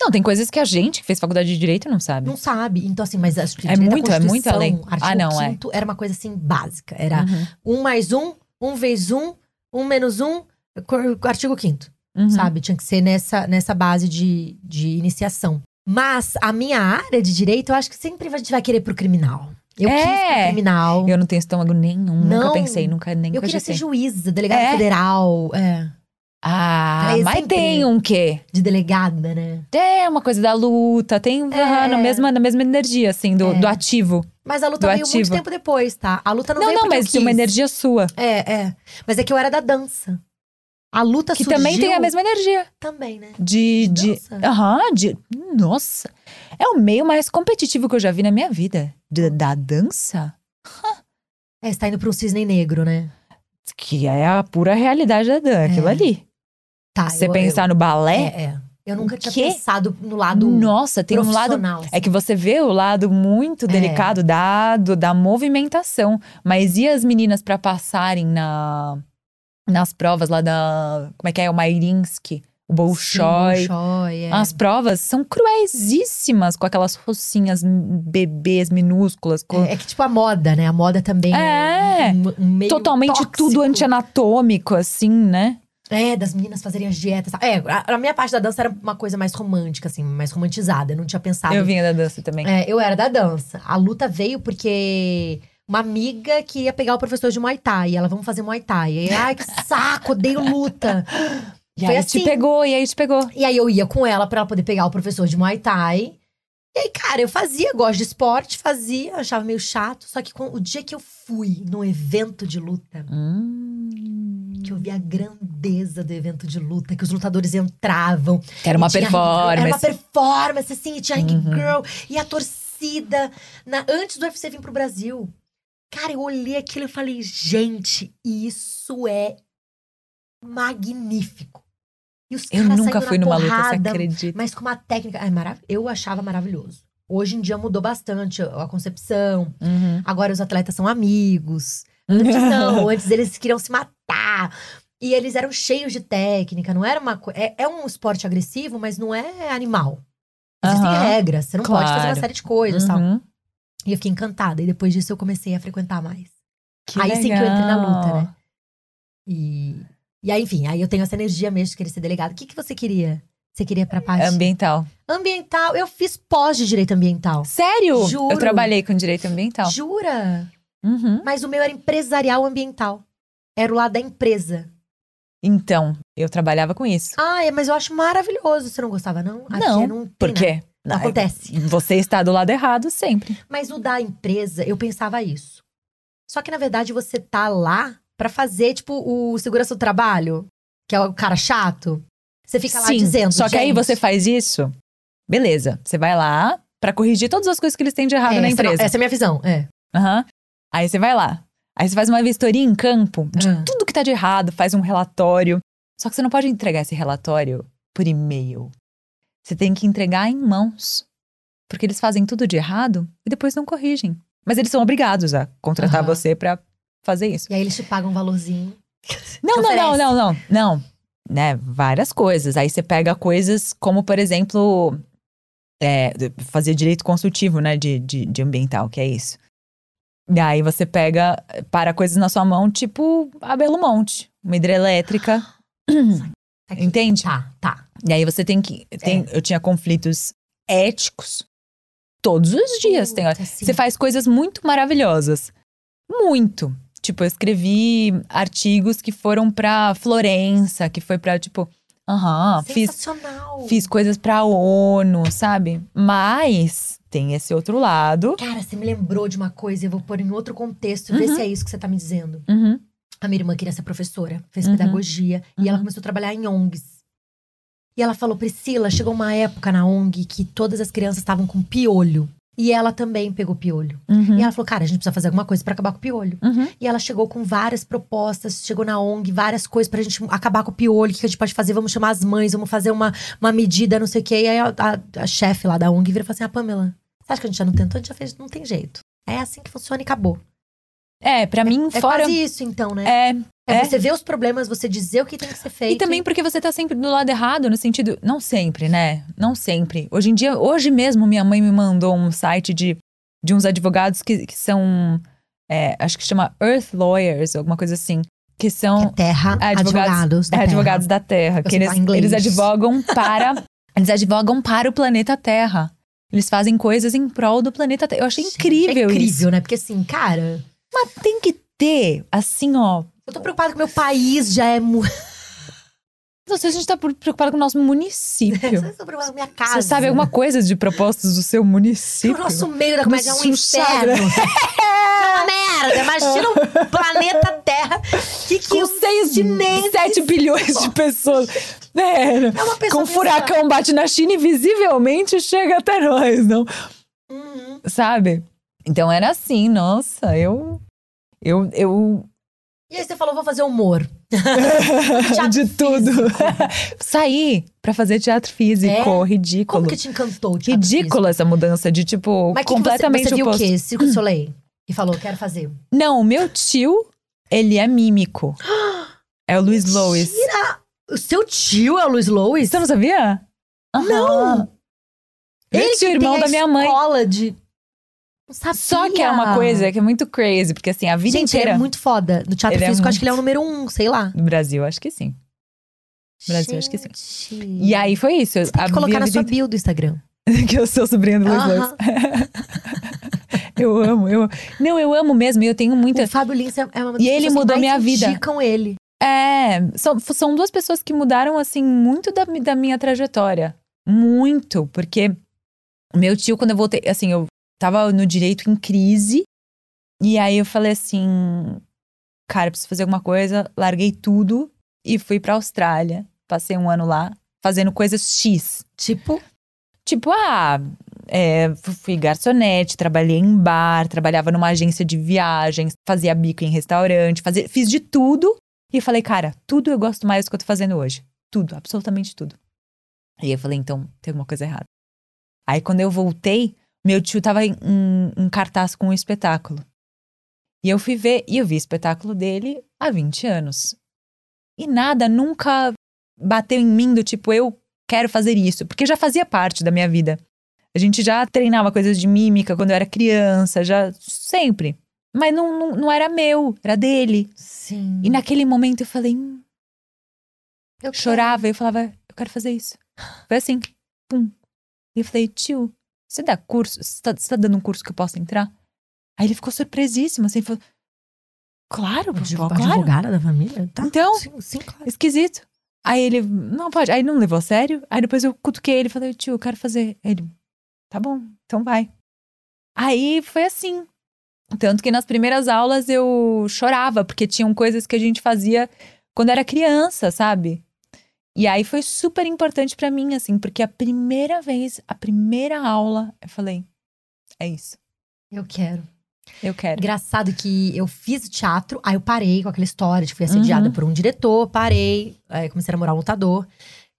F: Não, tem coisas que a gente que fez faculdade de direito não sabe.
D: Não sabe. Então, assim, mas acho que
F: É
D: direito à
F: muito, é muito
D: Constituição,
F: além.
D: Artigo
F: Ah, não, é.
D: 5º era uma coisa assim básica. Era
F: Uhum.
D: um mais um, um vezes um, um menos um, cor- artigo 5
F: Uhum.
D: sabe? Tinha que ser nessa, nessa base de, de iniciação. Mas a minha área de direito, eu acho que sempre a gente vai querer pro criminal. Eu
F: É.
D: quis pro criminal. Eu,
F: Eu não tenho estômago nenhum, nunca
D: Não.
F: pensei, nunca nem
D: queria ser
F: cogitei.
D: juíza, delegada
F: É.
D: federal, é,
F: Ah,
D: Falei
F: mas
D: sempre.
F: tem um quê?
D: de delegada, né?
F: Tem uma coisa da luta, tem aham, na, mesma, na mesma energia, assim, do,
D: É.
F: do ativo.
D: Mas a luta
F: Do
D: veio muito
F: ativo.
D: tempo depois, tá? A luta não,
F: Não,
D: veio
F: não,
D: porque eu
F: mas tem uma
D: quis.
F: energia sua.
D: É, é. Mas é que eu era da dança. A luta
F: Que
D: surgiu
F: também tem a mesma energia.
D: Também, né?
F: De. de
D: Dança.
F: Aham, de. Nossa! É o meio mais competitivo que eu já vi na minha vida. De- da dança?
D: É, você tá indo pra um cisne negro, né?
F: Que é a pura realidade da dança, aquilo
D: É.
F: ali.
D: Tá.
F: Você
D: eu- eu-
F: pensar no balé,
D: É, é. Eu nunca tinha
F: quê?
D: pensado no lado
F: nossa, tem um lado
D: profissional. assim.
F: É que você vê o lado
D: É.
F: muito delicado da, do- da movimentação. Mas e as meninas pra passarem na, nas provas lá da. Como é que é? O Mairinsky, o Ah,
D: Sim,
F: Bolshoi.
D: Bolshoi, é.
F: As provas são cruezíssimas com aquelas rocinhas m- bebês minúsculas. com-
D: É, é que tipo a moda, né? A moda também é,
F: É.
D: um, um meio
F: totalmente
D: tóxico.
F: tudo antianatômico, assim, né?
D: É, das meninas fazerem as dietas. sabe? É, a, a minha parte da dança era uma coisa mais romântica, assim, mais romantizada. Eu não tinha pensado
F: Eu vinha da dança também.
D: Tá. É, eu era da dança. A luta veio porque uma amiga queria pegar o professor de Muay Thai. E ela, vamos fazer Muay Thai. E, ai, que saco, odeio luta.
F: E
D: foi
F: aí
D: assim.
F: te pegou, e aí te pegou.
D: E aí eu ia com ela pra ela poder pegar o professor de Muay Thai. E aí, cara, eu fazia, gosto de esporte, fazia, achava meio chato. Só que com- o dia que eu fui num evento de luta,
F: Hum.
D: que eu vi a grandeza do evento de luta, que os lutadores entravam,
F: Era uma
D: E tinha ring-
F: performance.
D: Era uma performance, assim, e tinha ring
F: Uhum.
D: girl. E a torcida, na- antes do UFC vir pro Brasil. Cara, eu olhei aquilo e falei, gente, isso é magnífico. E os
F: Eu
D: caras
F: nunca
D: saindo
F: fui
D: na
F: numa luta, você
D: porrada,
F: acredita?
D: Mas com uma técnica, é marav eu achava maravilhoso. Hoje em dia mudou bastante a a concepção.
F: Uhum.
D: Agora os atletas são amigos. Antes não, antes eles queriam se matar. E eles eram cheios de técnica, não era uma coisa. É, é um esporte agressivo, mas não é animal. Existem
F: Aham.
D: regras, você não pode fazer
F: Claro.
D: uma série de coisas e tal.
F: Uhum.
D: E eu fiquei encantada. E depois disso eu comecei a frequentar mais. Aí sim que eu entrei na luta, né? E, e aí, enfim, aí eu tenho essa energia mesmo de querer ser delegado. O que, que você queria? Você queria pra parte?
F: Ambiental.
D: Ambiental. Eu fiz pós de direito ambiental.
F: Sério?
D: Juro.
F: Eu trabalhei com direito ambiental.
D: Jura?
F: Uhum.
D: Mas o meu era empresarial ambiental. Era o lado da empresa.
F: Então, eu trabalhava com isso.
D: Ah, é, mas eu acho maravilhoso. Você não gostava, não? Aqui
F: Não,
D: é, não tem
F: Por
D: nada.
F: quê? Não,
D: Acontece.
F: Você está do lado errado sempre.
D: Mas o da empresa, eu pensava isso. Só que, na verdade, você tá lá pra fazer, tipo, o segurança do trabalho, que é o cara chato. Você fica lá
F: Sim,
D: dizendo.
F: Só que aí
D: "Gente,
F: você é faz isso, beleza. Você vai lá pra corrigir todas as coisas que eles têm de errado
D: é,
F: na
D: essa,
F: empresa.
D: Essa é a minha visão. É.
F: Aham. Aí você vai lá. Aí você faz uma vistoria em campo de
D: Ah.
F: tudo que tá de errado, faz um relatório. Só que você não pode entregar esse relatório por e-mail. Você tem que entregar em mãos. Porque eles fazem tudo de errado e depois não corrigem. Mas eles são obrigados a contratar
D: Aham.
F: você pra fazer isso.
D: E aí eles te pagam um valorzinho.
F: Não, não, não,
D: oferece.
F: não, não, não. Né, várias coisas. Aí você pega coisas como, por exemplo, é, de- fazer direito consultivo, né, de, de, de ambiental, que é isso. E aí você pega eh, para coisas na sua mão, tipo a Belo Monte, uma hidrelétrica,
D: Tá aqui.
F: entende?
D: Tá, tá. É.
F: E aí você tem que. Tem, Eu tinha conflitos éticos todos os dias. Tem hora.
D: Puta, assim, sim.
F: Você faz coisas muito maravilhosas. Muito. Tipo, eu escrevi artigos que foram pra Florença, que foi pra, tipo, aham, fiz,
D: Sensacional.
F: fiz coisas pra ONU, sabe? Mas tem esse outro lado.
D: Cara, você me lembrou de uma coisa, eu vou pôr em outro contexto e ver
F: Uhum.
D: se é isso que você tá me dizendo.
F: Uhum.
D: A minha irmã queria ser professora, fez
F: Uhum.
D: pedagogia e ela
F: Uhum.
D: começou a trabalhar em ONGs. E ela falou, Priscila, chegou uma época na ONG que todas as crianças estavam com piolho. E ela também pegou piolho.
F: Uhum.
D: E ela falou, cara, a gente precisa fazer alguma coisa pra acabar com o piolho.
F: Uhum.
D: E ela chegou com várias propostas, chegou na ONG, várias coisas pra gente acabar com o piolho, o que a gente pode fazer, vamos chamar as mães, vamos fazer uma, uma medida, não sei o quê. E aí a, a- a chefe lá da ONG vira e fala assim: Ah, Pamela, você acha que a gente já não tentou? A gente já fez, não tem jeito. É assim que funciona e acabou.
F: É, pra mim,
D: É
F: fora.
D: quase isso, então, né?
F: É,
D: É,
F: é.
D: você ver os problemas, você dizer o que tem que ser feito.
F: E também porque você tá sempre do lado errado, no sentido. Não sempre, né? Não sempre. Hoje em dia, hoje mesmo, minha mãe me mandou um site de, de uns advogados que, que são. é, acho que chama Earth Lawyers, alguma coisa assim. Que
D: Que
F: são
D: é terra,
F: É, advogados-
D: advogados. da
F: é,
D: terra.
F: advogados da Terra. Que
D: sei
F: eles,
D: falar inglês.
F: eles advogam para. eles advogam para o planeta Terra. Eles fazem coisas em prol do planeta Terra. Eu achei
D: Gente,
F: incrível,
D: É
F: isso.
D: incrível, né? Porque assim, cara,
F: Mas tem que ter, assim, ó.
D: eu tô preocupada que meu país já é muito.
F: Não sei se a gente tá preocupado com o nosso município.
D: Eu tô preocupada com minha casa.
F: Você sabe alguma coisa de propostas do seu
D: O
F: município?
D: nosso meio da comédia é um
F: Nossa,
D: inferno. É uma merda. Imagina um planeta Terra que, que
F: com
D: os
F: seis,
D: chineses-
F: 7 um bilhões de pessoas. É,
D: É uma pessoa
F: com um furacão bate na China e visivelmente chega até nós, não?
D: Uhum.
F: Sabe? Então era assim, nossa, eu. Eu. eu
D: E aí você falou, vou fazer humor. Teatro
F: de tudo. Saí pra fazer teatro físico,
D: É? Como
F: ridículo.
D: que te encantou? o teatro físico?
F: Ridícula essa mudança de, tipo,
D: Mas que que
F: completamente
D: você, você viu
F: oposto.
D: o quê? Circo du Soleil? E falou, quero fazer.
F: Não, o meu tio, ele é mímico. É o Luiz Lois.
D: O seu tio é o Luiz Lois?
F: Você não sabia? Não! Ele é
D: que
F: tio, irmão
D: tem a
F: da minha mãe.
D: escola de... Não sabia.
F: Só que é uma coisa que é muito crazy, porque assim, a vida
D: Gente, ele
F: inteira.
D: é muito foda. No teatro
F: Ele é
D: físico, eu acho que ele é o
F: muito-
D: número um, sei lá.
F: No Brasil, acho que sim. Brasil, acho que sim. E aí foi isso. eu-
D: Tem
F: a
D: que colocar
F: minha
D: na
F: vida
D: sua bio do Instagram.
F: inteira- que eu sou sobrinha do Luiz Lois.
D: Aham.
F: Eu amo, eu amo. Não, eu amo mesmo, e eu tenho muita.
D: O Fábio Lins é uma das
F: E ele
D: pessoas que
F: mudou
D: mais
F: minha vida.
D: indicam ele.
F: É, são, são duas pessoas que mudaram, assim, muito da, mi- da minha trajetória. Muito, porque meu tio, quando eu voltei, assim, eu tava no direito em crise, e aí eu falei assim, cara, eu preciso fazer alguma coisa, larguei tudo e fui pra Austrália. Passei um ano lá, fazendo coisas X.
D: Tipo,
F: Tipo, ah, é, fui garçonete, trabalhei em bar, trabalhava numa agência de viagens, fazia bico em restaurante, fazia, fiz de tudo. E falei, cara, tudo eu gosto mais do que eu tô fazendo hoje. Tudo, absolutamente tudo. E eu falei, então, tem alguma coisa errada. Aí quando eu voltei, meu tio tava em um, um cartaz com um espetáculo. E eu fui ver, e eu vi o espetáculo dele há 20 anos. E nada nunca bateu em mim do tipo, eu quero fazer isso, porque já fazia parte da minha vida. A gente já treinava coisas de mímica quando eu era criança, já sempre. Mas não, não, não era meu, era dele.
D: sim.
F: E naquele momento eu falei, hum,
D: Eu
F: chorava, eu falava, eu quero fazer isso. Foi assim, pum. E eu falei, tio, você dá curso? Você tá, você tá dando um curso que eu posso entrar? Aí ele ficou surpresíssimo, assim, falou, claro, vovó, Tipo, claro.
D: Advogada da família? Tá.
F: Então,
D: Sim, sim, claro.
F: esquisito. Aí ele, não pode. Aí não levou a sério. Aí depois eu cutuquei ele e falei, tio, eu quero fazer. Ele, tá bom, então vai. Aí foi assim. Tanto que nas primeiras aulas eu chorava, porque tinham coisas que a gente fazia quando era criança, sabe? E aí foi super importante pra mim, assim, porque a primeira vez, a primeira aula, eu falei, é isso,
D: Eu quero.
F: eu quero.
D: Engraçado que eu fiz teatro, aí eu parei com aquela história de que fui assediada
F: Uhum.
D: por um diretor, parei, aí comecei a namorar um lutador,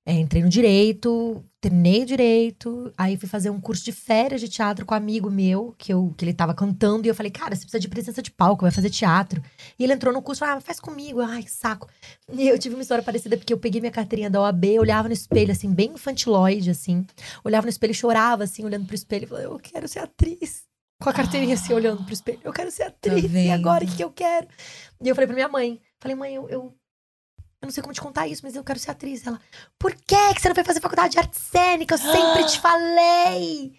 D: é, entrei no direito, terminei o direito, aí fui fazer um curso de férias de teatro com um amigo meu, que, eu, que ele tava cantando, e eu falei, cara, você precisa de presença de palco, vai fazer teatro. E ele entrou no curso e falou, ah, faz comigo, Eu, ai, que saco. E eu tive uma história parecida, porque eu peguei minha carteirinha da OAB, olhava no espelho, assim, bem infantiloide, assim, olhava no espelho e chorava, assim, olhando pro espelho, e falava, eu quero ser atriz. Com a carteirinha assim, olhando pro espelho. Eu quero ser atriz. e
F: vendo?
D: agora, o que, que eu quero? E eu falei pra minha mãe. Falei, mãe, eu, eu, eu não sei como te contar isso, mas eu quero ser atriz. Ela, por que, que você não foi fazer faculdade de arte cênica? Eu sempre te falei.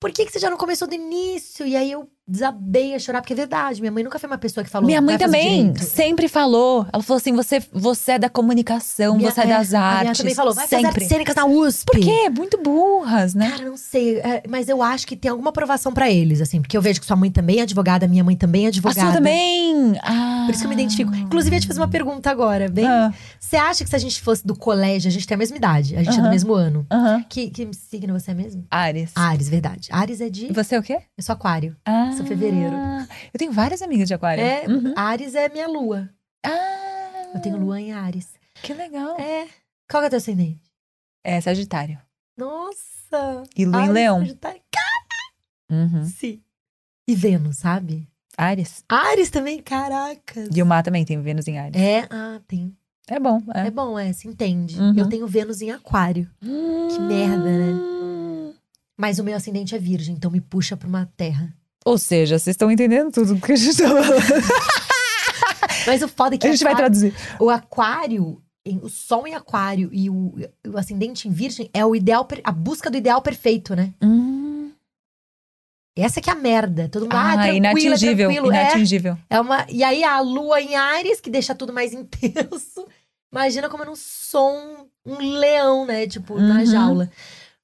D: Por que, que você já não começou do início? E aí eu desabei a chorar, porque é verdade. Minha mãe nunca foi uma pessoa que falou.
F: Minha mãe
D: "Vai fazer
F: também
D: direito".
F: sempre falou. Ela falou assim: você, você é da comunicação,
D: Minha-
F: você é das
D: é,
F: artes.
D: A minha também falou, vai fazer
F: sempre.
D: artes cênicas na USP.
F: Por quê? Muito burras, né?
D: Cara, não sei. é, mas eu acho que tem alguma aprovação pra eles, assim. Porque eu vejo que sua mãe também é advogada, minha mãe também é
F: A
D: advogada.
F: sua também. Ah.
D: Por isso que eu me identifico. Inclusive, eu ia te fazer uma pergunta agora, bem.
F: Ah,
D: Você acha que se a gente fosse do colégio, a gente tem a mesma idade, a gente é do
F: Aham.
D: mesmo ano.
F: aham.
D: Que, que signo você é mesmo?
F: Ares.
D: Ares, verdade. Ares é de.
F: E Você é o quê?
D: Eu sou aquário.
F: Ah.
D: Sou fevereiro.
F: Eu tenho várias amigas de aquário.
D: É,
F: Uhum.
D: Ares é minha lua.
F: Ah.
D: Eu tenho lua em Ares.
F: Que legal.
D: É. Qual que é o teu ascendente?
F: É, Sagitário.
D: Nossa!
F: E Lua em
D: Ares,
F: Leão.
D: Sagitário.
F: Uhum.
D: Sim. E Vênus, sabe?
F: Ares.
D: Ares também, caracas.
F: E o Mar também tem Vênus em Ares.
D: É, ah, tem.
F: É, bom.
D: É,
F: É.
D: bom, é, se entende.
F: Uhum.
D: Eu tenho Vênus em Aquário,
F: Que
D: merda, né? mas o meu ascendente é Virgem, então me puxa pra uma terra.
F: Ou seja, vocês estão entendendo tudo que a gente tá falando.
D: Mas o foda é que
F: A gente vai
D: Aquário-
F: traduzir.
D: O aquário, em- o sol em aquário e o, o ascendente em virgem é o ideal, per- a busca do ideal perfeito, né?
F: Hum.
D: Essa que é a merda. Todo mundo, ah,
F: Ah,
D: tranquilo,
F: inatingível.
D: é tranquilo. É,
F: inatingível.
D: é uma, e aí a lua em Ares, que deixa tudo mais intenso. Imagina como eu não sou um, um leão, né? Tipo, na
F: Uhum.
D: jaula.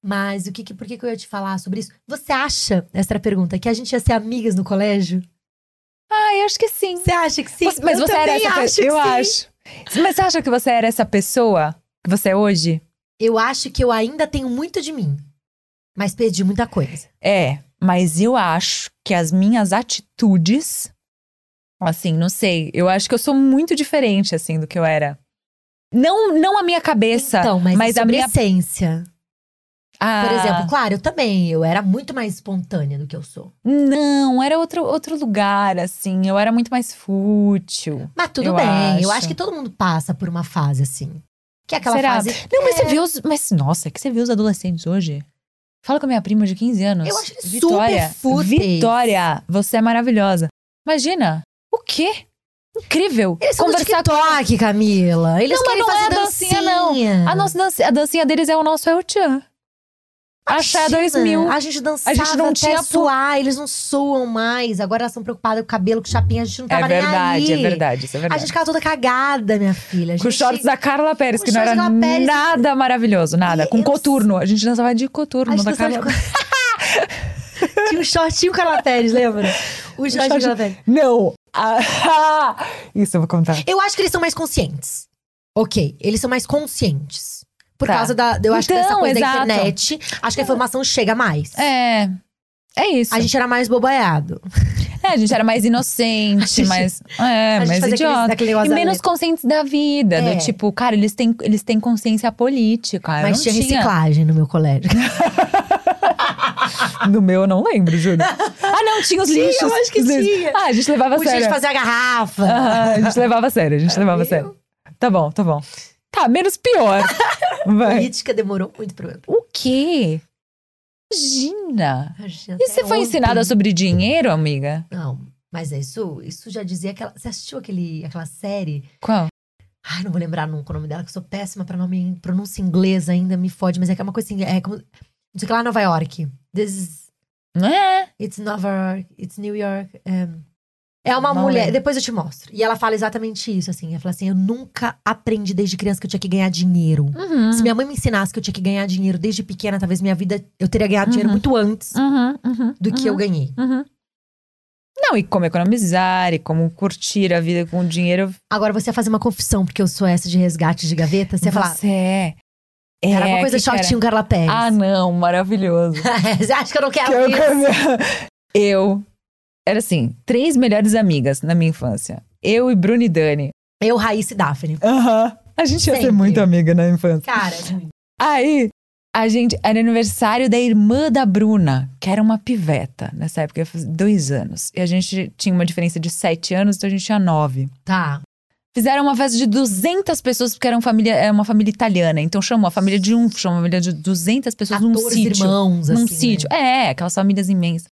D: Mas o que, que por que, que eu ia te falar sobre isso? Você acha, essa era a pergunta, que a gente ia ser amigas no colégio?
F: Ah, eu acho que sim.
D: Você acha que sim?
F: Você- mas
D: eu
F: você era
D: também
F: essa
D: acho que
F: pessoa. Eu
D: sim.
F: acho. Mas você acha que você era essa pessoa que você é hoje?
D: Eu acho que eu ainda tenho muito de mim, mas perdi muita coisa.
F: É, mas eu acho que as minhas atitudes. Assim, não sei. Eu acho que eu sou muito diferente, assim, do que eu era. Não, não a minha cabeça. Ah,
D: Então, mas, Ah.
F: mas
D: isso
F: a
D: sobre
F: minha-
D: essência.
F: a-
D: Por exemplo, claro, eu também. Eu era muito mais espontânea do que eu sou.
F: Não, era outro, outro lugar, assim. Eu era muito mais fútil.
D: Mas tudo
F: Eu
D: bem. Eu acho
F: acho
D: que todo mundo passa por uma fase assim. Que é aquela
F: Será?
D: fase.
F: Não, mas você viu os. Mas, nossa, é que você viu os adolescentes hoje? Fala com a minha prima de 15 anos.
D: Eu acho eles super fúteis.
F: Vitória, você é maravilhosa. Imagina. O quê? Incrível.
D: Eles são
F: Conversar
D: do TikTok, Camila. Eles
F: Não, mas
D: querem
F: não é
D: fazer
F: a
D: dancinha,
F: dancinha, não. A, nossa danci- a dancinha deles é o nosso El Chan. Axé
D: Imagina, Ah,
F: 2000.
D: A gente dançava
F: A gente não
D: até
F: tinha pu-
D: suar. Eles não suam mais. Agora elas são preocupadas com cabelo, com chapinha. A gente não tava
F: É verdade,
D: nem
F: é
D: aí.
F: verdade, isso é
D: A
F: verdade.
D: gente ficava toda cagada, minha filha. A
F: Com os
D: gente-
F: shorts da Carla Pérez,
D: Com
F: que não
D: shorts
F: era
D: da Pérez.
F: nada maravilhoso, nada.
D: E
F: Com
D: eu-
F: coturno. A gente dançava de coturno
D: A gente
F: da
D: dançava
F: Carla.
D: de co- Tinha um shortinho Carla Pérez, lembra? O shortinho
F: short-
D: Carla Pérez.
F: Não! Ah, isso eu vou contar.
D: Eu acho que eles são mais conscientes. Ok, eles são mais conscientes. Por
F: Tá.
D: causa da. Eu acho que dessa
F: Então,
D: coisa
F: exato. Então,
D: da internet, acho que a informação chega mais.
F: É. É isso.
D: A gente era mais bobaiado.
F: É, a gente era mais inocente,
D: gente-
F: mais. É,
D: a gente
F: mais
D: fazia aquele-
F: idiota.
D: aquele negócio
F: e
D: da
F: menos
D: letra.
F: conscientes da vida.
D: É.
F: Do tipo, cara, eles têm, eles têm consciência política. Eu
D: Mas
F: não
D: tinha reciclagem no meu colégio.
F: No meu eu não lembro, juro. Ah, não, tinha os
D: Tinha,
F: lixos.
D: eu acho que
F: os lixos.
D: tinha.
F: Ah, a gente levava a
D: Podia
F: sério.
D: gente fazer a garrafa.
F: Ah, a gente levava a sério, a gente levava a sério. Tá bom, tá bom. Tá, menos pior. Vai.
D: Política demorou muito pra eu.
F: O quê? Imagina.
D: Até
F: E você foi
D: ontem.
F: ensinada sobre dinheiro, amiga?
D: Não, mas é isso, isso já dizia aquela. Você assistiu aquele, aquela série?
F: Qual?
D: Ai, não vou lembrar nunca o nome dela, que eu sou péssima pra nome em pronúncia inglesa ainda, me fode, mas é que é uma coisa assim, é como. Não sei o que lá, Nova York. This is,
F: É.
D: it's Nova York, it's New York. um, É uma
F: Não
D: mulher,
F: lembro.
D: depois eu te mostro. E ela fala exatamente isso, assim. Ela fala assim: eu nunca aprendi desde criança que eu tinha que ganhar dinheiro.
F: Uhum.
D: Se minha mãe me ensinasse que eu tinha que ganhar dinheiro desde pequena, talvez minha vida eu teria ganhado dinheiro
F: Uhum.
D: muito antes
F: Uhum, uhum,
D: do que eu
F: uhum,
D: ganhei.
F: uhum. Não, e como economizar, e como curtir a vida com o dinheiro.
D: Agora você ia fazer uma confissão, porque eu sou essa de resgate de gaveta. Você ia falar,
F: Você é. É,
D: era uma coisa
F: que que era?
D: shortinho Carla Pérez.
F: Ah, não, maravilhoso. é
D: você acha que eu não quero
F: eu,
D: É isso?
F: eu. Era assim, três melhores amigas na minha infância. Eu e Bruna e Dani.
D: Eu, Raíssa e Daphne.
F: Aham. A gente ia ser
D: Sempre.
F: muito amiga na infância.
D: Cara,
F: Aí, a gente. Era aniversário da irmã da Bruna, que era uma piveta nessa época, eu fiz dois anos. E a gente tinha uma diferença de sete anos, então a gente tinha nove. assim,
D: tá.
F: Fizeram uma festa de 200 pessoas, porque era uma família, era uma família italiana. Então chamou a família de um, chamou a família de 200 pessoas num
D: 14
F: sítio.
D: irmãos, assim.
F: num
D: né?
F: sítio. É, aquelas famílias imensas.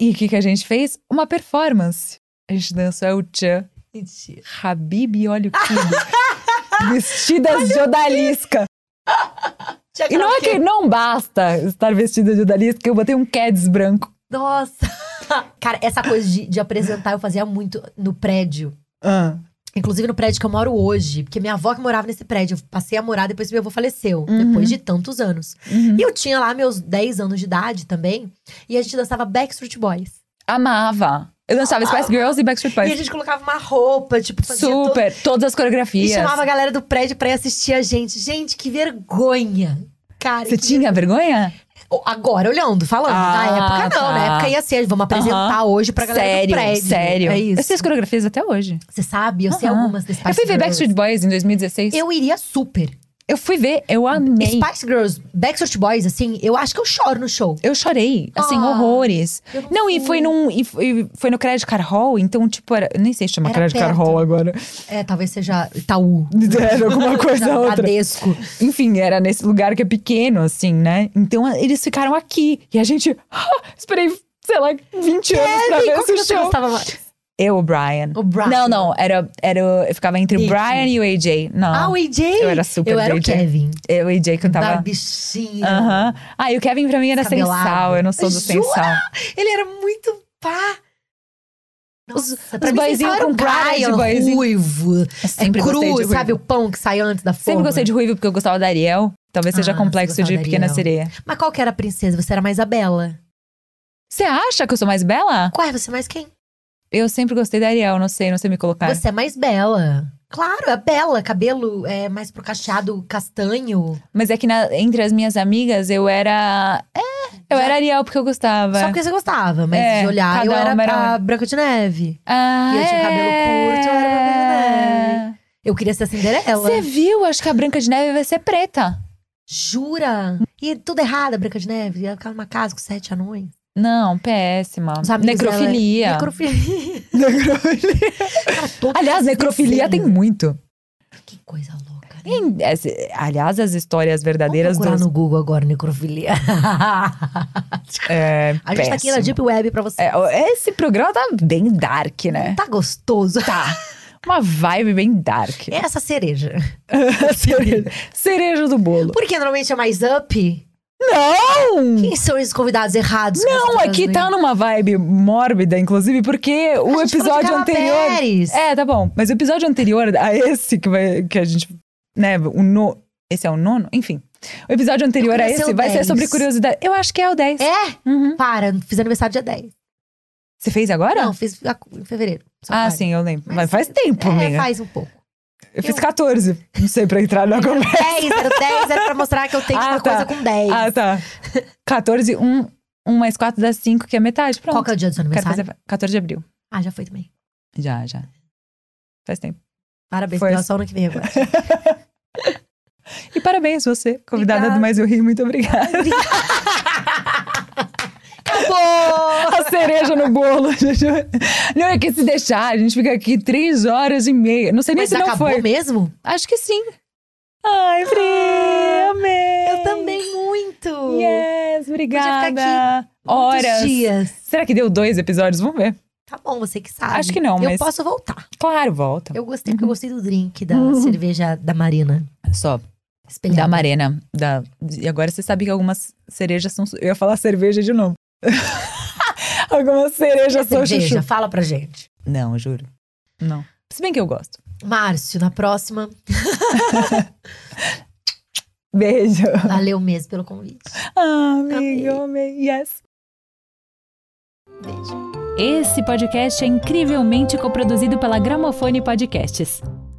F: E o que, que a gente fez? Uma performance. A gente dançou El Chan,
D: Mentira.
F: Habib e Olha o Kid. Vestidas de odalisca.
D: Tinha
F: E não é que não basta estar vestida de odalisca, eu botei um Keds branco.
D: Nossa! Cara, essa coisa de, de apresentar eu fazia muito no prédio.
F: Ah.
D: Inclusive no prédio que eu moro hoje. Porque minha avó que morava nesse prédio. Eu passei a morar depois que meu avô faleceu.
F: Uhum.
D: Depois de tantos anos.
F: Uhum.
D: E eu tinha lá meus 10 anos de idade também. E a gente dançava Backstreet Boys.
F: Amava. Eu dançava Spice Girls e Backstreet
D: Ah. E a
F: Boys.
D: gente colocava uma roupa, tipo, fazia todo-
F: Super, todas as
D: E
F: coreografias.
D: chamava a galera do prédio pra ir assistir a gente. Gente, que vergonha. Cara,
F: Você
D: que
F: tinha vergonha?
D: ver- Agora, olhando, falando.
F: Ah,
D: na época, não.
F: tá.
D: Na época ia ser. Vamos apresentar hoje pra galera
F: sério,
D: do prédio.
F: sério.
D: É isso.
F: Eu sei as coreografias até hoje.
D: Você sabe? Eu sei
F: Aham.
D: algumas desse
F: eu fui ver Backstreet Boys em 2016.
D: Eu iria super.
F: Eu fui ver, eu amei.
D: Spice Girls, Backstreet Boys, assim, eu acho que eu choro no show.
F: Eu chorei, assim,
D: Ah,
F: horrores.
D: eu
F: Não, e foi num. E f- e foi no Credit Card Hall, então, tipo, era. eu Nem sei se chama
D: Era
F: Credit Card
D: perto.
F: Hall agora.
D: É, talvez seja Itaú.
F: Era alguma coisa ou outra.
D: Bradesco.
F: Enfim, era nesse lugar que é pequeno, assim, né? Então a- eles ficaram aqui. E a gente. ah, esperei, sei lá, 20 anos pra ver
D: Qual É, que
F: esse
D: você
F: show.
D: gostava mais?
F: Eu, o Brian.
D: O Brian.
F: Não, não, era, era. o- Eu ficava entre o
D: Isso.
F: Brian e o AJ. Não.
D: Ah, o AJ.
F: Eu era super
D: Eu era o
F: AJ.
D: Kevin.
F: Eu, o AJ
D: Da
F: cantava.
D: bichinha.
F: Aham. Ah, e o Kevin pra mim era sem
D: Descabelado.
F: sal. Eu não sou do sem
D: Jura?
F: sal.
D: Ele era muito pá.
F: Os-
D: Nossa,
F: os boyzinho
D: era
F: com cara de
D: Brian,
F: boyzinho.
D: ruivo.
F: Eu sempre
D: é
F: gostei de
D: cru,
F: ruivo.
D: sabe? O pão que sai antes da forma.
F: Sempre gostei de ruivo porque eu gostava da Ariel. Talvez seja
D: Ah, você
F: complexo de
D: gostava da
F: Pequena
D: Ariel.
F: Sereia.
D: Mas qual que era a princesa? Você era mais a Bela.
F: Você acha que eu sou mais bela?
D: Ué, você é mais quem?
F: Eu sempre gostei da Ariel, não sei, não sei me colocar.
D: Você é mais Bela. Claro, é Bela. Cabelo é mais pro cacheado castanho.
F: Mas é que na- entre as minhas amigas eu era. É, eu
D: Já-
F: era Ariel porque eu gostava.
D: Só porque você gostava, mas
F: É,
D: de olhar,
F: cada
D: eu era
F: uma era
D: a Branca de Neve.
F: Ah,
D: E eu tinha o cabelo curto, eu era Branca
F: é...
D: de Eu queria ser a Cinderela.
F: Você viu? Acho que a Branca de Neve vai ser preta.
D: Jura? E tudo errado, a Branca de Neve. Ela ficava numa casa com sete anões.
F: Não, péssima.
D: Os amigos dela- é
F: Necrofilia.
D: Necrofilia.
F: Necrofilia.
D: Cara, todo
F: Aliás,
D: esse
F: necrofilia tem
D: desenho.
F: muito.
D: Que coisa louca. Né?
F: Tem- esse- aliás, as histórias verdadeiras
D: Vamos procurar
F: dos.
D: no Google agora, necrofilia. a
F: É,
D: gente tá aqui na
F: péssimo.
D: Deep Web pra você.
F: É, ó, esse programa tá bem dark, né?
D: Tá gostoso.
F: Tá. Uma vibe bem dark.
D: É Essa cereja.
F: cereja, cereja do bolo.
D: Porque normalmente é mais up.
F: Não!
D: Quem são esses convidados errados? que você
F: Não,
D: traz
F: aqui
D: no-
F: tá numa vibe mórbida, inclusive, porque
D: A
F: o
D: gente falou de
F: episódio
D: Carla
F: anterior.
D: Pérez.
F: É, tá bom. Mas o episódio anterior a esse que, vai, que a gente. Né, o no... Esse é o nono? Enfim. O episódio anterior a
D: queria ser
F: esse
D: o
F: vai ser
D: 10.
F: sobre curiosidade. Eu acho que é o 10.
D: É?
F: Uhum.
D: Para, fiz aniversário dia 10.
F: Você fez agora?
D: Não, fiz a- em fevereiro. Só
F: Ah,
D: para.
F: sim, eu lembro. Mas
D: Mas
F: faz tempo,
D: É,
F: amiga.
D: faz um pouco.
F: Eu fiz
D: eu-
F: 14. Não sei pra entrar na conversa.
D: 10, era 10, era pra mostrar que eu tenho
F: Ah,
D: uma
F: tá.
D: coisa com 10.
F: Ah, tá. 14, 1, 1 mais 4 dá 5, que é metade. Pronto.
D: Qual que é o dia do seu
F: Quero
D: aniversário?
F: fazer 14 de abril.
D: Ah, já foi também.
F: Já, já. Faz tempo.
D: Parabéns,
F: Foi
D: pela
F: assim.
D: só ano que vem agora.
F: E parabéns você, convidada
D: Obrigada.
F: do Mais Eu Rio. Muito obrigada.
D: Acabou!
F: A cereja no bolo. gente. Não é que se deixar, a gente fica aqui 3 horas e meia. Não sei nem
D: Mas
F: se não
D: acabou
F: foi.
D: mesmo?
F: Acho que sim. Ah, Ai, Pri, amei.
D: Eu também muito!
F: Yes, obrigada.
D: ficar aqui
F: Horas.
D: Muitos dias.
F: Será que deu dois episódios? Vamos ver.
D: Tá bom, você que sabe.
F: Acho que não,
D: Eu
F: mas- Uhum.
D: posso voltar.
F: Claro, volta.
D: Eu gostei, porque eu gostei do drink da cerveja da Marina.
F: Só, Uhum. da
D: Espelhada.
F: Marena. Da... E agora você sabe que algumas cerejas são. Eu ia falar cerveja de novo. algumas cerejas são
D: cerveja,
F: chuchu.
D: fala pra gente.
F: Não, juro. Não. Se bem que eu gosto.
D: Márcio, na próxima,
F: Beijo.
D: valeu mesmo pelo convite.
F: Ah, amigo, amei. Yes.
D: Beijo.
C: Esse podcast é incrivelmente coproduzido pela Gramofone Podcasts.